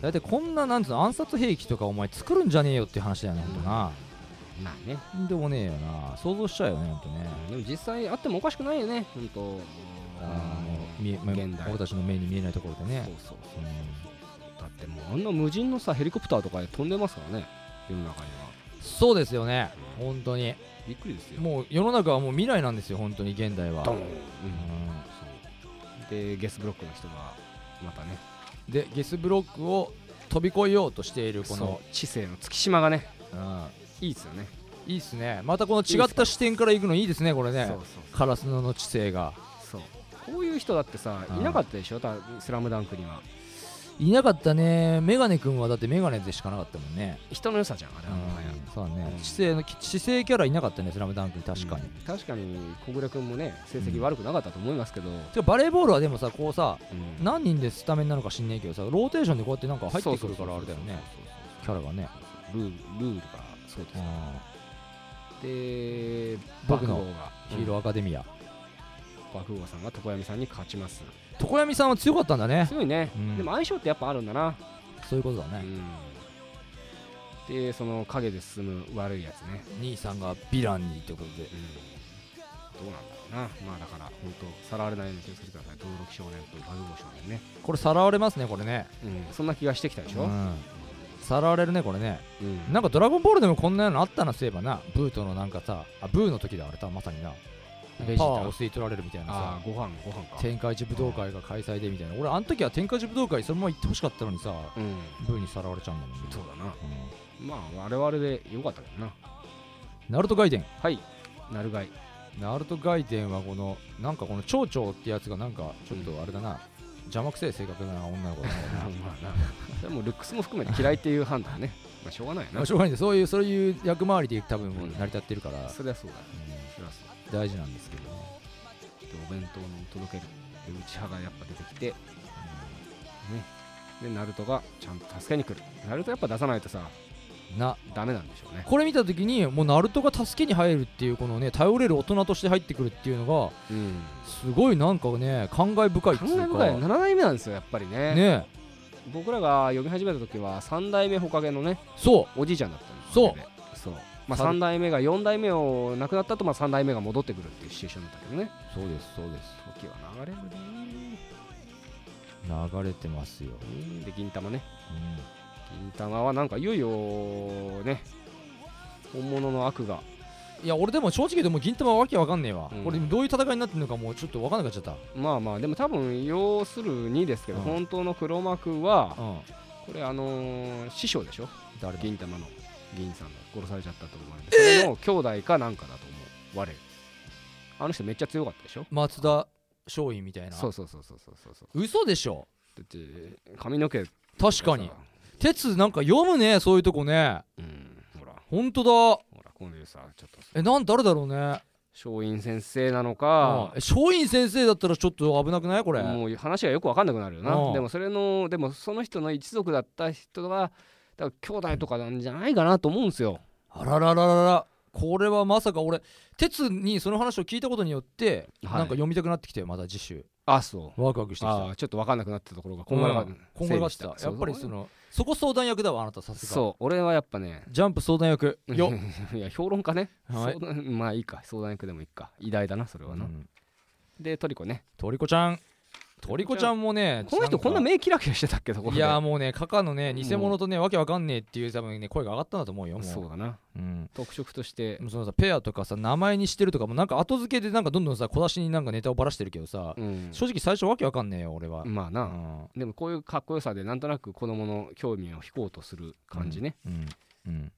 [SPEAKER 3] 大体こんななんつうの暗殺兵器とかお前作るんじゃねえよっていう話だよねほんとな
[SPEAKER 4] うんまあね
[SPEAKER 3] でもねえよな想像しちゃうよねほんとね
[SPEAKER 4] でも実際あってもおかしくないよね本当
[SPEAKER 3] あの見えま
[SPEAKER 4] 現代
[SPEAKER 3] 僕たちの目に見えないところで
[SPEAKER 4] そう
[SPEAKER 3] ね
[SPEAKER 4] そうそう
[SPEAKER 3] うん
[SPEAKER 4] だってもうあんな無人のさヘリコプターとかで飛んでますからね世の中には
[SPEAKER 3] そうですよね本当に
[SPEAKER 4] びっくりですよ
[SPEAKER 3] もう世の中はもう未来なんですよ本当に現代は
[SPEAKER 4] ドーン、
[SPEAKER 3] うん
[SPEAKER 4] そうでゲスブロックの人がまたね
[SPEAKER 3] でゲスブロックを飛び越えようとしているこの
[SPEAKER 4] そう知性の月島がね
[SPEAKER 3] うん
[SPEAKER 4] いいですよね
[SPEAKER 3] いいっすねまたこの違った視点から行くのいいですねこれ
[SPEAKER 4] そう
[SPEAKER 3] ね
[SPEAKER 4] そう
[SPEAKER 3] カラスのの知性が
[SPEAKER 4] そうこういう人だってさ
[SPEAKER 3] うん
[SPEAKER 4] いなかったでしょたスラムダンクにはい
[SPEAKER 3] なかったねメガネ君はだってメガネでしかなかったもんね
[SPEAKER 4] 人の良さじゃんあれはもはや
[SPEAKER 3] うんそうだね知性の知性キャラいなかったねスラムダンクに確かに
[SPEAKER 4] うん確かに小暮君もね成績悪くなかったと思いますけど、
[SPEAKER 3] てかバレーボールはでもさこうさ
[SPEAKER 4] うん
[SPEAKER 3] 何人でスタメンなのか知んねえけどさローテーションでこうやってなんか入ってくるからあ
[SPEAKER 4] そうそうそう
[SPEAKER 3] れだよねキャラがね
[SPEAKER 4] ルールルールがそうですで
[SPEAKER 3] 僕の
[SPEAKER 4] 爆豪が
[SPEAKER 3] ヒーローアカデミア
[SPEAKER 4] うん爆豪さんが床闇さんに勝ちます
[SPEAKER 3] 常闇さんは強かったんだね
[SPEAKER 4] 強いね、
[SPEAKER 3] うん
[SPEAKER 4] でも相性ってやっぱあるんだな、
[SPEAKER 3] そういうことだ
[SPEAKER 4] う
[SPEAKER 3] ね
[SPEAKER 4] んでその影で進む悪いやつね、
[SPEAKER 3] 兄さんがヴィランにってことで
[SPEAKER 4] うんどうなんだろうなまあだから本当さらわれないように気をつけてください登録少年と爆豪少年ね、
[SPEAKER 3] これさらわれますねこれね
[SPEAKER 4] うん、そんな気がしてきたでしょ、
[SPEAKER 3] うんさらわれるねこれね
[SPEAKER 4] うん
[SPEAKER 3] なんかドラゴンボールでもこんなのあったなそういえばなブーとのなんかさあブーの時だあれたまさにな
[SPEAKER 4] ベジータ
[SPEAKER 3] パワーを吸い取られるみたいなさ
[SPEAKER 4] ああご飯ご飯か
[SPEAKER 3] 天下一武道会が開催でみたいな俺あの時は天下一武道会そのまま行ってほしかったのにさ
[SPEAKER 4] うん
[SPEAKER 3] ブーにさらわれちゃうんだもんね
[SPEAKER 4] そうだな
[SPEAKER 3] うん
[SPEAKER 4] まあ我々でよかったけどな
[SPEAKER 3] ナルトガイデン
[SPEAKER 4] はいなるが い
[SPEAKER 3] ナルトガイデンはこのなんかこの蝶々ってやつがなんかちょっとあれだな、邪魔くせえ性格な女の 子だな
[SPEAKER 4] まあなでもルックスも含めて嫌いっていう判断ねまあしょうがないよ
[SPEAKER 3] まあ
[SPEAKER 4] な
[SPEAKER 3] しょうがないんでそういうそういう役回りで多分もう
[SPEAKER 4] うん
[SPEAKER 3] 成り立ってるから、
[SPEAKER 4] そりゃそうだ
[SPEAKER 3] う
[SPEAKER 4] そりゃそ
[SPEAKER 3] ん大事なんですけどね、
[SPEAKER 4] うでお弁当の届けるで内派がやっぱ出てきてでナルトがちゃんと助けに来るナルトやっぱ出さないとさ
[SPEAKER 3] な
[SPEAKER 4] ダメなんでしょうね
[SPEAKER 3] これ見た時にもうナルトが助けに入るっていうこのね頼れる大人として入ってくるっていうの
[SPEAKER 4] うん
[SPEAKER 3] がすごいなんかね感慨深いって
[SPEAKER 4] 考
[SPEAKER 3] い
[SPEAKER 4] え
[SPEAKER 3] う
[SPEAKER 4] 深
[SPEAKER 3] か
[SPEAKER 4] い7代目なんですよやっぱりね
[SPEAKER 3] ね
[SPEAKER 4] 僕らが読み始めた時は3代目ほかげのね
[SPEAKER 3] そ
[SPEAKER 4] おじいちゃんだったんです
[SPEAKER 3] そう
[SPEAKER 4] そうまあ
[SPEAKER 3] さ
[SPEAKER 4] 3代目が4代目を亡くなったとまあ3代目が戻ってくるっていうシチュエーションだったけどね
[SPEAKER 3] うそうですそうです
[SPEAKER 4] 時は流れるね
[SPEAKER 3] 流れてますよ、
[SPEAKER 4] うんで銀玉ね銀玉はなんかいよいよね本物の悪が
[SPEAKER 3] いや俺でも正直でも銀玉はわけわかんねえわ、
[SPEAKER 4] うん
[SPEAKER 3] これどういう戦いになってるのかもうちょっとわかんなくなっちゃっ
[SPEAKER 4] まあまあでも多分要するにですけど、
[SPEAKER 3] うん
[SPEAKER 4] 本当の黒幕は
[SPEAKER 3] たうん
[SPEAKER 4] これあのー師匠でしょ
[SPEAKER 3] 誰だ
[SPEAKER 4] 銀玉の銀さんが殺されちゃったと思われてそれの兄弟かなんかだと思う我あの人めっちゃ強かったでしょ
[SPEAKER 3] 松田松陰みたいな
[SPEAKER 4] そうそうそうそうそうそうそう
[SPEAKER 3] 嘘でしょ
[SPEAKER 4] だって髪の毛がさ
[SPEAKER 3] 確かに鉄なんか読むねそういうとこね
[SPEAKER 4] うんほら
[SPEAKER 3] ほんとだ
[SPEAKER 4] ほら今度さちょっと
[SPEAKER 3] えなん誰だろうね
[SPEAKER 4] 松陰先生なのか
[SPEAKER 3] うんえ松陰先生だったらちょっと危なくないこれ
[SPEAKER 4] もう話がよく分かんなくなるよな、
[SPEAKER 3] うん
[SPEAKER 4] でもそれのでもその人の一族だった人がだから兄弟とかなんじゃないかなと思うんですよ、
[SPEAKER 3] あららららららこれはまさか俺鉄にその話を聞いたことによって、
[SPEAKER 4] はい
[SPEAKER 3] なんか読みたくなってきてまた次週
[SPEAKER 4] あそう
[SPEAKER 3] ワクワクしてき
[SPEAKER 4] あ
[SPEAKER 3] た
[SPEAKER 4] ーちょっと分かんなくなってたところがこんがらが
[SPEAKER 3] うんこんがらがって
[SPEAKER 4] 整
[SPEAKER 3] た
[SPEAKER 4] 理した
[SPEAKER 3] やっぱりそのそこ相談役だわあなたさすが
[SPEAKER 4] そう俺はやっぱね
[SPEAKER 3] ジャンプ相談役 よ
[SPEAKER 4] いや評論家ね、
[SPEAKER 3] はい
[SPEAKER 4] 相談まあいいか相談役でもいいか偉大だなそれはな、
[SPEAKER 3] うん
[SPEAKER 4] でトリコね
[SPEAKER 3] トリコちゃんトリコちゃんもね
[SPEAKER 4] この人こんな
[SPEAKER 3] か
[SPEAKER 4] 目キラキラしてたっけところ
[SPEAKER 3] い
[SPEAKER 4] で
[SPEAKER 3] やもうねカカのね偽物とねわけわかんねえっていう多分ね声が上がったんだと思うよもう
[SPEAKER 4] そうだな
[SPEAKER 3] うん
[SPEAKER 4] 特色として
[SPEAKER 3] でもそのさペアとかさ名前にしてるとかもなんか後付けでなんかどんどんさ小出しになんかネタをばらしてるけどさ、
[SPEAKER 4] うん
[SPEAKER 3] 正直最初わけわかんねえよ俺は、
[SPEAKER 4] まあな、
[SPEAKER 3] うん
[SPEAKER 4] でもこういうかっこよさでなんとなく子供の興味を引こうとする感じね、
[SPEAKER 3] うんうん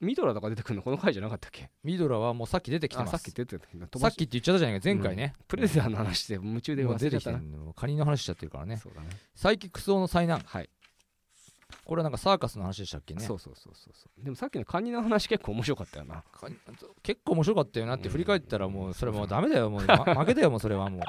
[SPEAKER 4] ミドラとか出てくるのこの回じゃなかったっけ
[SPEAKER 3] ミドラはもうさっき出てきて
[SPEAKER 4] あ
[SPEAKER 3] ます
[SPEAKER 4] さっき出てたけど飛
[SPEAKER 3] さ
[SPEAKER 4] ば
[SPEAKER 3] っ
[SPEAKER 4] し
[SPEAKER 3] きって言っちゃったじゃないか前回ね、
[SPEAKER 4] プレゼターの話で夢中で
[SPEAKER 3] もう
[SPEAKER 4] 忘
[SPEAKER 3] 出
[SPEAKER 4] れち
[SPEAKER 3] て
[SPEAKER 4] ゃっ
[SPEAKER 3] きて
[SPEAKER 4] た
[SPEAKER 3] る
[SPEAKER 4] な
[SPEAKER 3] のカニの話しちゃってるからね
[SPEAKER 4] そうだね
[SPEAKER 3] サイキックス王の災難
[SPEAKER 4] はい、
[SPEAKER 3] これはなんかサーカスの話でしたっけね
[SPEAKER 4] そうそうそうそうそうでもさっきのカニの話結構面白かったよな
[SPEAKER 3] カニ結構面白かったよなって振り返ったらもうそれはもうダメだ よもう、ま負けだよもうそれはもう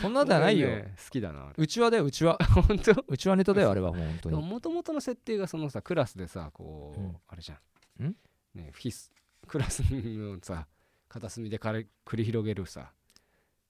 [SPEAKER 3] そんなではないよ
[SPEAKER 4] 俺ね好きだなあれ
[SPEAKER 3] うちわだようちわ
[SPEAKER 4] 本当
[SPEAKER 3] うちわネタだよあれはもう本当
[SPEAKER 4] でも
[SPEAKER 3] に
[SPEAKER 4] もともとの設定がそのさクラスでさこう、
[SPEAKER 3] うん
[SPEAKER 4] あれじゃん
[SPEAKER 3] ん
[SPEAKER 4] ねフィスクラスのさ片隅でかれ繰り広げるさ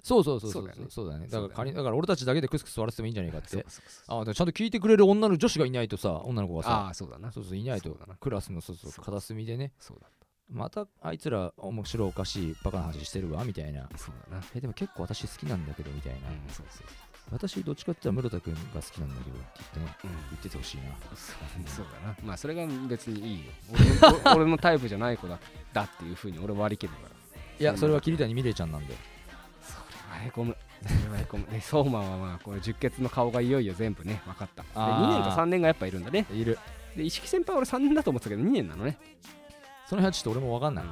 [SPEAKER 3] そうそうそうそ
[SPEAKER 4] そうだ
[SPEAKER 3] う
[SPEAKER 4] よね
[SPEAKER 3] そうだねだ
[SPEAKER 4] そう
[SPEAKER 3] からカ
[SPEAKER 4] だよね
[SPEAKER 3] ニだから俺たちだけでクスクス座らせてもいいんじゃないかっ
[SPEAKER 4] そう
[SPEAKER 3] て
[SPEAKER 4] そうそう
[SPEAKER 3] あでもちゃんと聞いてくれる女の女子がいないとさ女の子がさ
[SPEAKER 4] ああそうだな
[SPEAKER 3] そうそういない
[SPEAKER 4] そ
[SPEAKER 3] と
[SPEAKER 4] うだな
[SPEAKER 3] クラスのそうそう
[SPEAKER 4] そう
[SPEAKER 3] 片隅でね
[SPEAKER 4] そうだ
[SPEAKER 3] またあいつら面白おかしいバカな話してるわみたいな
[SPEAKER 4] そうだな
[SPEAKER 3] えでも結構私好きなんだけどみたいな、
[SPEAKER 4] うんそうそう
[SPEAKER 3] 私どっちかって言ったら室田君が好きなんだけどって言ってね
[SPEAKER 4] うん
[SPEAKER 3] 言っててほしいな
[SPEAKER 4] そうそうだなまあそれが別にい いよ俺の俺のタイプじゃない子だだっていうふうに俺割り切るから
[SPEAKER 3] いやそれは桐谷美玲ちゃんなんで
[SPEAKER 4] それはへこむそれはへこむで相馬はまあこれ十血の顔がいよいよ全部ね分かったで
[SPEAKER 3] あー
[SPEAKER 4] 2年と3年がやっぱいるんだね
[SPEAKER 3] いる
[SPEAKER 4] で一色先輩は俺3年だと思ってたけど2年なのね
[SPEAKER 3] その辺はちょっと俺も分かんない
[SPEAKER 4] うん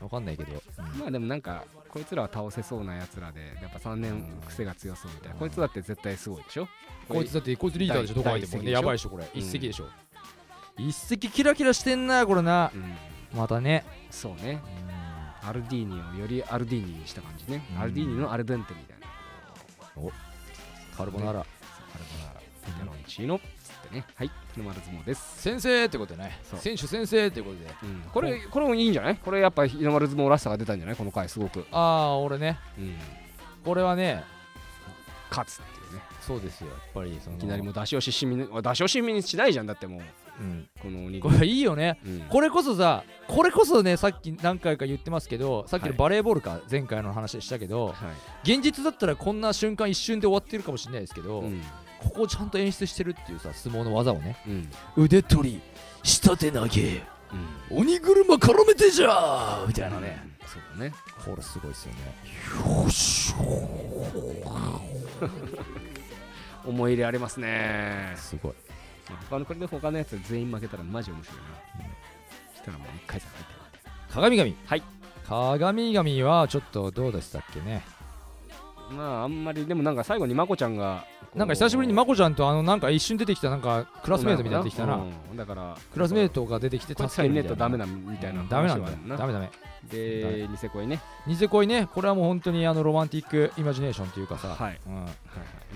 [SPEAKER 3] 分かんないけど、うん
[SPEAKER 4] まあでもなんかこいつらは倒せそうなやつらでやっぱ3年癖が強そうみたいなこいつだって絶対すごいでしょ
[SPEAKER 3] こいつだってこいつリーダーでしょどこ入ってもね
[SPEAKER 4] 第一席でしょ
[SPEAKER 3] やばいでしょこれ、一席でしょ一席キラキラしてんなこれな
[SPEAKER 4] うん
[SPEAKER 3] またね
[SPEAKER 4] そうね
[SPEAKER 3] うん
[SPEAKER 4] アルディーニをよりアルディーニにした感じね
[SPEAKER 3] うん
[SPEAKER 4] アルディーニのアルデンテみたいな
[SPEAKER 3] カルボナーラ
[SPEAKER 4] カルボナーラペペロンチーノっつってねはい日の丸相撲です
[SPEAKER 3] 先生ってことでね
[SPEAKER 4] そう
[SPEAKER 3] 選手先生ってことで
[SPEAKER 4] うんこれこれもいいんじゃないこれやっぱ日の丸相撲らしさが出たんじゃないこの回すごく
[SPEAKER 3] ああ俺ね
[SPEAKER 4] うん
[SPEAKER 3] これはね
[SPEAKER 4] 勝つっていうね
[SPEAKER 3] そうですよやっぱりその
[SPEAKER 4] いきなりもう出し惜しみに出し惜しみにしないじゃんだってもう
[SPEAKER 3] うん
[SPEAKER 4] この鬼
[SPEAKER 3] これいいよね
[SPEAKER 4] うん
[SPEAKER 3] これこそさこれこそねさっき何回か言ってますけどさっきの
[SPEAKER 4] はい
[SPEAKER 3] バレーボールか前回の話でしたけど
[SPEAKER 4] はい
[SPEAKER 3] 現実だったらこんな瞬間一瞬で終わってるかもしれないですけど
[SPEAKER 4] うん
[SPEAKER 3] ここをちゃんと演出してるっていうさ相撲の技をね
[SPEAKER 4] うん
[SPEAKER 1] 腕取り下手投げ
[SPEAKER 4] うん
[SPEAKER 1] 鬼車絡めてじゃーみたいなね
[SPEAKER 4] そうだね
[SPEAKER 3] これすごいですよね
[SPEAKER 4] 思い入れありますね
[SPEAKER 3] すごい
[SPEAKER 4] 他のこれで他のやつ全員負けたらマジ面白いな、したらもう一回戦入ってる
[SPEAKER 3] 鏡神
[SPEAKER 4] はい
[SPEAKER 3] 鏡神はちょっとどうでしたっけね
[SPEAKER 4] まああんまりでもなんか最後にまこちゃんがこう
[SPEAKER 3] なんか久しぶりにまこちゃんとあのなんか一瞬出てきたなんかクラスメートみたいになってきたな
[SPEAKER 4] うんだから
[SPEAKER 3] クラスメートが出てきて
[SPEAKER 4] こいつが
[SPEAKER 3] 助け
[SPEAKER 4] い
[SPEAKER 3] る
[SPEAKER 4] ねえ
[SPEAKER 3] みた
[SPEAKER 4] と
[SPEAKER 3] いな
[SPEAKER 4] ダメなみたいな
[SPEAKER 3] うんダメなん
[SPEAKER 4] 話はある
[SPEAKER 3] だよダメダメ
[SPEAKER 4] でニセコイね
[SPEAKER 3] ニセ恋ねこれはもう本当にあのロマンティックイマジネーションというかさ、
[SPEAKER 4] はい
[SPEAKER 3] うん
[SPEAKER 4] ま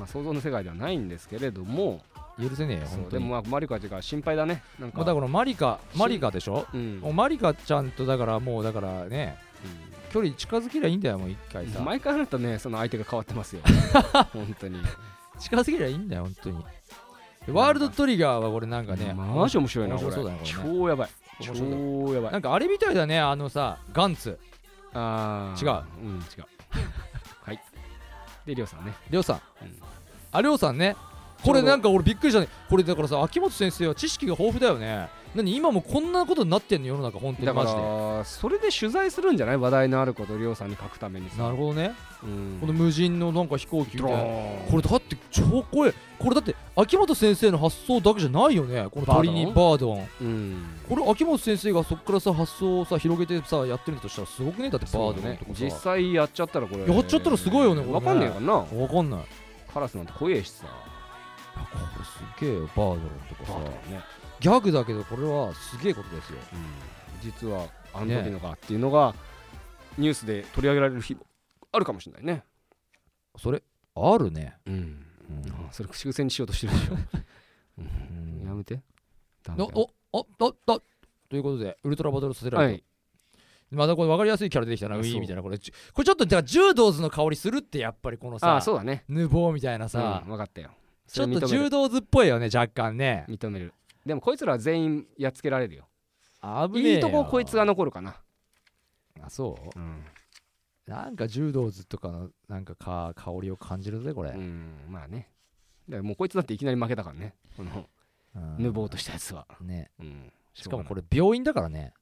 [SPEAKER 4] あ想像の世界ではないんですけれども
[SPEAKER 3] う許せねえよ
[SPEAKER 4] そ
[SPEAKER 3] 本
[SPEAKER 4] う
[SPEAKER 3] 当
[SPEAKER 4] で
[SPEAKER 3] に
[SPEAKER 4] も
[SPEAKER 3] も
[SPEAKER 4] まあマリカちゃんが心配だねなんか
[SPEAKER 3] うだからマリカマリカでしょ
[SPEAKER 4] うん
[SPEAKER 3] もうマリカちゃんとだからもうだからね
[SPEAKER 4] う
[SPEAKER 3] 距離近づけりゃいいんだよもう一回さ
[SPEAKER 4] ん毎回あなたねその相手が変わってますよ本当に
[SPEAKER 3] 近づけりゃいいんだよ本当にでワールドトリガーはこれなんかね
[SPEAKER 4] マジ面白いな
[SPEAKER 3] 面
[SPEAKER 4] こ
[SPEAKER 3] 白
[SPEAKER 4] れ
[SPEAKER 3] そうだねこれね
[SPEAKER 4] 超やばい
[SPEAKER 3] 面白い
[SPEAKER 4] 超やばい
[SPEAKER 3] なんかあれみたいだねあのさガンツ
[SPEAKER 4] あー
[SPEAKER 3] 違
[SPEAKER 4] うん違うはいでりょうさんね
[SPEAKER 3] りょうさん、
[SPEAKER 4] うん
[SPEAKER 3] ありょうさんねこれなんか俺びっくりしたねこれだからさ秋元先生は知識が豊富だよね何今もこんなことになってんの世の中本当に
[SPEAKER 4] だか
[SPEAKER 3] マジで
[SPEAKER 4] らそれで取材するんじゃない話題のあることりょうさんに書くためにさ
[SPEAKER 3] なるほどね、
[SPEAKER 4] うん
[SPEAKER 3] この無人のなんか飛行機み
[SPEAKER 4] ド
[SPEAKER 3] た
[SPEAKER 4] ロ
[SPEAKER 3] いな
[SPEAKER 4] ーン
[SPEAKER 3] これだって超怖いこれだって秋元先生の発想だけじゃないよねこの鳥に
[SPEAKER 4] バ
[SPEAKER 3] バ
[SPEAKER 4] ー
[SPEAKER 3] ードン
[SPEAKER 4] うん
[SPEAKER 3] これ秋元先生がそっからさ発想をさ広げてさやってるんだとしたらすごくねだってバー
[SPEAKER 4] そう
[SPEAKER 3] ド
[SPEAKER 4] だ
[SPEAKER 3] ン
[SPEAKER 4] ね
[SPEAKER 3] とかさ、
[SPEAKER 4] 実際やっちゃったらこれ
[SPEAKER 3] やっちゃったらすごいよねこれね
[SPEAKER 4] わかんねえからな
[SPEAKER 3] わかんないいや
[SPEAKER 4] カラスなんて怖えしさ
[SPEAKER 3] これすげえよバードンとか
[SPEAKER 4] バード
[SPEAKER 3] さ
[SPEAKER 4] ンね
[SPEAKER 3] ギャグだけどこれはすげえことですよ
[SPEAKER 4] 実はあの時のがっていうのがニュースで取り上げられる日もあるかもしれないね
[SPEAKER 3] それあるね、
[SPEAKER 4] うん
[SPEAKER 3] うん
[SPEAKER 4] それ修正にしようとしてるでしょ
[SPEAKER 3] うん
[SPEAKER 4] やめてダメ
[SPEAKER 3] の
[SPEAKER 4] だ
[SPEAKER 3] おおおおということでウルトラバトルさせら
[SPEAKER 4] は
[SPEAKER 3] れ
[SPEAKER 4] い
[SPEAKER 3] またこれ分かりやすいキャラ出てきたな
[SPEAKER 4] あ
[SPEAKER 3] ウィ
[SPEAKER 4] そ
[SPEAKER 3] ー
[SPEAKER 4] う
[SPEAKER 3] ンみたいなこれちこれちょっとだから柔道図の香りするってやっぱりこの
[SPEAKER 4] あ
[SPEAKER 3] さ
[SPEAKER 4] あそうだね
[SPEAKER 3] ヌボーみたいなさ、
[SPEAKER 4] さあ分かったよ
[SPEAKER 3] ちょっと
[SPEAKER 4] それ認め
[SPEAKER 3] 柔
[SPEAKER 4] る
[SPEAKER 3] 道図っぽいよね若干ね
[SPEAKER 4] 認めるでもこいつらは全員やっつけられるよ
[SPEAKER 3] 危ねえよ
[SPEAKER 4] いいとここいつが残るかな
[SPEAKER 3] あそうなんか柔道図とかのなんかか香りを感じるぜこれ、
[SPEAKER 4] うんまあねだからもうこいつだっていきなり負けたからねこの
[SPEAKER 3] うん
[SPEAKER 4] ぬぼーとしたやつは
[SPEAKER 3] ね
[SPEAKER 4] うんし
[SPEAKER 3] しかもこ
[SPEAKER 4] れ
[SPEAKER 3] れ病院だからね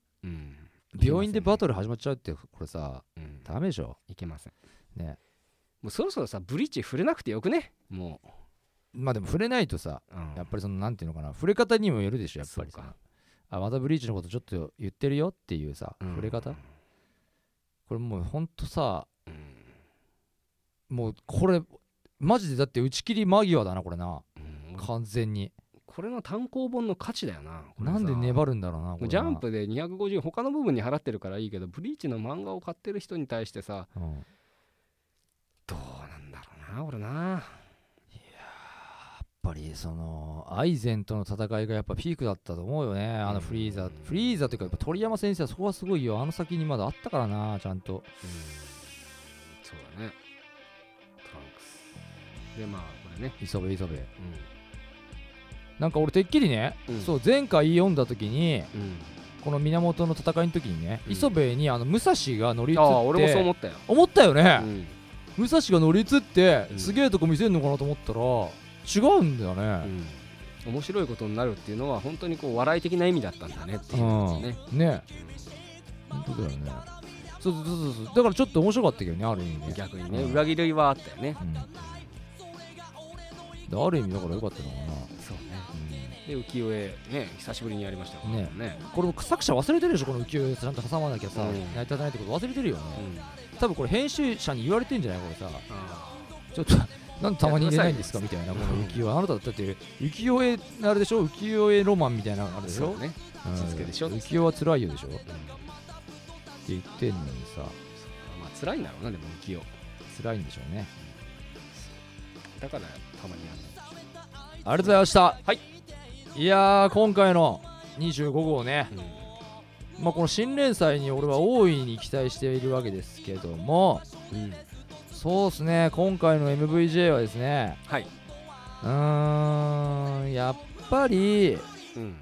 [SPEAKER 3] 病院でバトル始まっちゃうってこれさ
[SPEAKER 4] ル
[SPEAKER 3] ダメでしょ
[SPEAKER 4] いけません
[SPEAKER 3] ね
[SPEAKER 4] もうそろそろさブリッジ触れなくてよくねも
[SPEAKER 3] まあでも触れないとさ
[SPEAKER 4] う、うん
[SPEAKER 3] やっぱりそのなんていうのかな触れ方にもよるでしょやっぱり
[SPEAKER 4] そうか
[SPEAKER 3] さあまたブリーチのことちょっと言ってるよっていうさ
[SPEAKER 4] うん
[SPEAKER 3] 触れ方、これもうほんとさ
[SPEAKER 4] うん
[SPEAKER 3] もうこれマジでだって打ち切り間際だなこれな
[SPEAKER 4] うん
[SPEAKER 3] 完全に
[SPEAKER 4] これの単行本の価値だよなこれさ
[SPEAKER 3] なんで粘るんだろうなこれな
[SPEAKER 4] ジャン、プで250円他の部分に払ってるからいいけどブリーチの漫画を買ってる人に対してさ
[SPEAKER 3] うん
[SPEAKER 4] どうなんだろうな俺な
[SPEAKER 3] やっぱりそのアイゼンとの戦いがやっぱピークだったと思うよねあのフリーザ、フリーザというかやっぱ鳥山先生はそこはすごいよあの先にまだあったからなちゃんと
[SPEAKER 4] そうだねトランクスでまあこれね
[SPEAKER 3] 磯部磯部なんか俺てっきりね、
[SPEAKER 4] うん
[SPEAKER 3] そう前回読んだ時に
[SPEAKER 4] うん、うん
[SPEAKER 3] この源の戦いの時にね、
[SPEAKER 4] うん
[SPEAKER 3] 磯部にあの武蔵が乗り移って
[SPEAKER 4] ああ俺もそう思ったよ、
[SPEAKER 3] 思ったよね
[SPEAKER 4] う、ん
[SPEAKER 3] 武蔵が乗り移って、
[SPEAKER 4] うん
[SPEAKER 3] すげえとこ見せんのかなと思ったら違うんだよ
[SPEAKER 4] う
[SPEAKER 3] ね、
[SPEAKER 4] ん面白いことになるっていうのは本当にこう笑い的な意味だったんだねっていうことですね、
[SPEAKER 3] ね本当だよねそうそうそうそうだからちょっと面白かったけどねある意味ね
[SPEAKER 4] 逆にね
[SPEAKER 3] うん
[SPEAKER 4] 裏切りはあったよね
[SPEAKER 3] うん、である意味だから良かったのかな、
[SPEAKER 4] そうねで浮世絵ね久しぶりにやりましたからね
[SPEAKER 3] ねこれも作者忘れてるでしょこの浮世絵ちゃんと挟まなきゃさ、
[SPEAKER 4] うん
[SPEAKER 3] 成り立たないってこと忘れてるよね、
[SPEAKER 4] うんあ
[SPEAKER 3] 多分これ編集者に言われてんじゃないこれさ
[SPEAKER 4] あ
[SPEAKER 3] ちょっとなんでたまに入れないんですかみたいなこの浮世絵あなただって浮世絵あれでしょ浮世絵ロマンみたいなのあれでし
[SPEAKER 4] そ
[SPEAKER 3] ょ
[SPEAKER 4] うね
[SPEAKER 3] うん
[SPEAKER 4] 落ち着けでしょ
[SPEAKER 3] 浮世絵は辛いよでしょって
[SPEAKER 4] うん
[SPEAKER 3] 言ってんのにさ
[SPEAKER 4] まあ辛いんだろうなでも浮世
[SPEAKER 3] 辛いんでしょうね
[SPEAKER 4] だからたまにやる
[SPEAKER 3] ありがとうございました
[SPEAKER 4] はい
[SPEAKER 3] いやー今回の25号ね、
[SPEAKER 4] うん
[SPEAKER 3] まあ、この新連載に俺は大いに期待しているわけですけども
[SPEAKER 4] うん
[SPEAKER 3] そうですね今回の MVJ はですね
[SPEAKER 4] はいう
[SPEAKER 3] ーんやっぱり
[SPEAKER 4] うん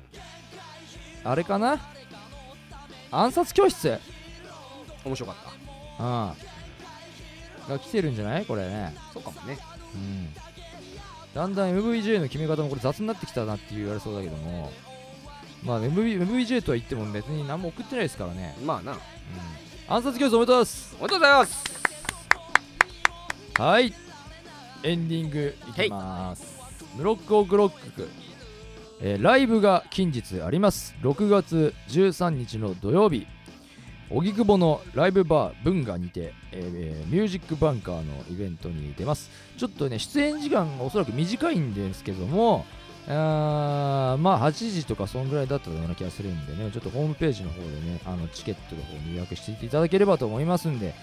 [SPEAKER 3] あれかな暗殺教室うん
[SPEAKER 4] 面白かった
[SPEAKER 3] が来てるんじゃないこれね
[SPEAKER 4] そうかもね
[SPEAKER 3] うんだんだん MVJ の決め方もこれ雑になってきたなって言われそうだけどもまあ MV MVJ とは言っても別に何も送ってないですからね、
[SPEAKER 4] まあな
[SPEAKER 3] うん、暗殺教室おめでとうございます
[SPEAKER 4] おめでとうございます
[SPEAKER 3] はいエンディングいきますブロックオクロック、えーライブが近日あります6月13日の土曜日荻窪のライブバー文化にて、えーえーミュージックバンカーのイベントに出ますちょっとね出演時間がおそらく短いんですけどもあーまあ8時とかそんぐらいだったような気がするんでねちょっとホームページの方でねあのチケットの方に予約していただければと思いますんで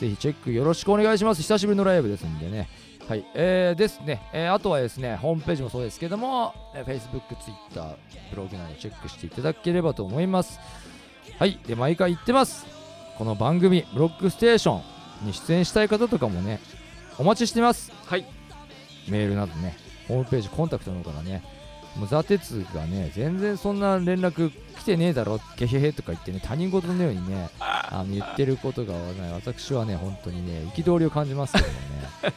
[SPEAKER 3] ぜひチェックよろしくお願いします。久しぶりのライブですんでね。はい、えー、ですね、えーあとはですね、ホームページもそうですけども、えー Facebook、Twitter、ブログなどチェックしていただければと思います。はい、で、毎回言ってます。この番組、ブロックステーションに出演したい方とかもね、お待ちしてます。
[SPEAKER 4] はい。
[SPEAKER 3] メールなどね、ホームページ、コンタクトの方からね、もうザ・テツがね、全然そんな連絡来てねえだろ、ゲヘヘとか言ってね、他人事のようにね、あの言ってることがない、私はね、本当にね、憤りを感じますけ どもね。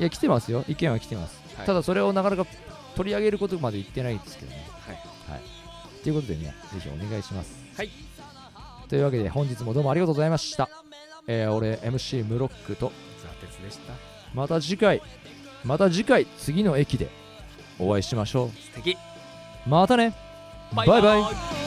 [SPEAKER 3] いや、来てますよ、意見は来てます。
[SPEAKER 4] はい
[SPEAKER 3] ただ、それをなかなか取り上げることまで言ってないんですけどね。
[SPEAKER 4] はい。
[SPEAKER 3] はい。ということでね、ぜひお願いします。
[SPEAKER 4] はい。
[SPEAKER 3] というわけで、本日もどうもありがとうございました。えー俺、MC ムロックと、
[SPEAKER 4] ザ・鉄でした。
[SPEAKER 3] また次回また次回次の駅でお会いしましょ
[SPEAKER 4] 素敵。
[SPEAKER 3] うまたねバイバイ
[SPEAKER 2] イ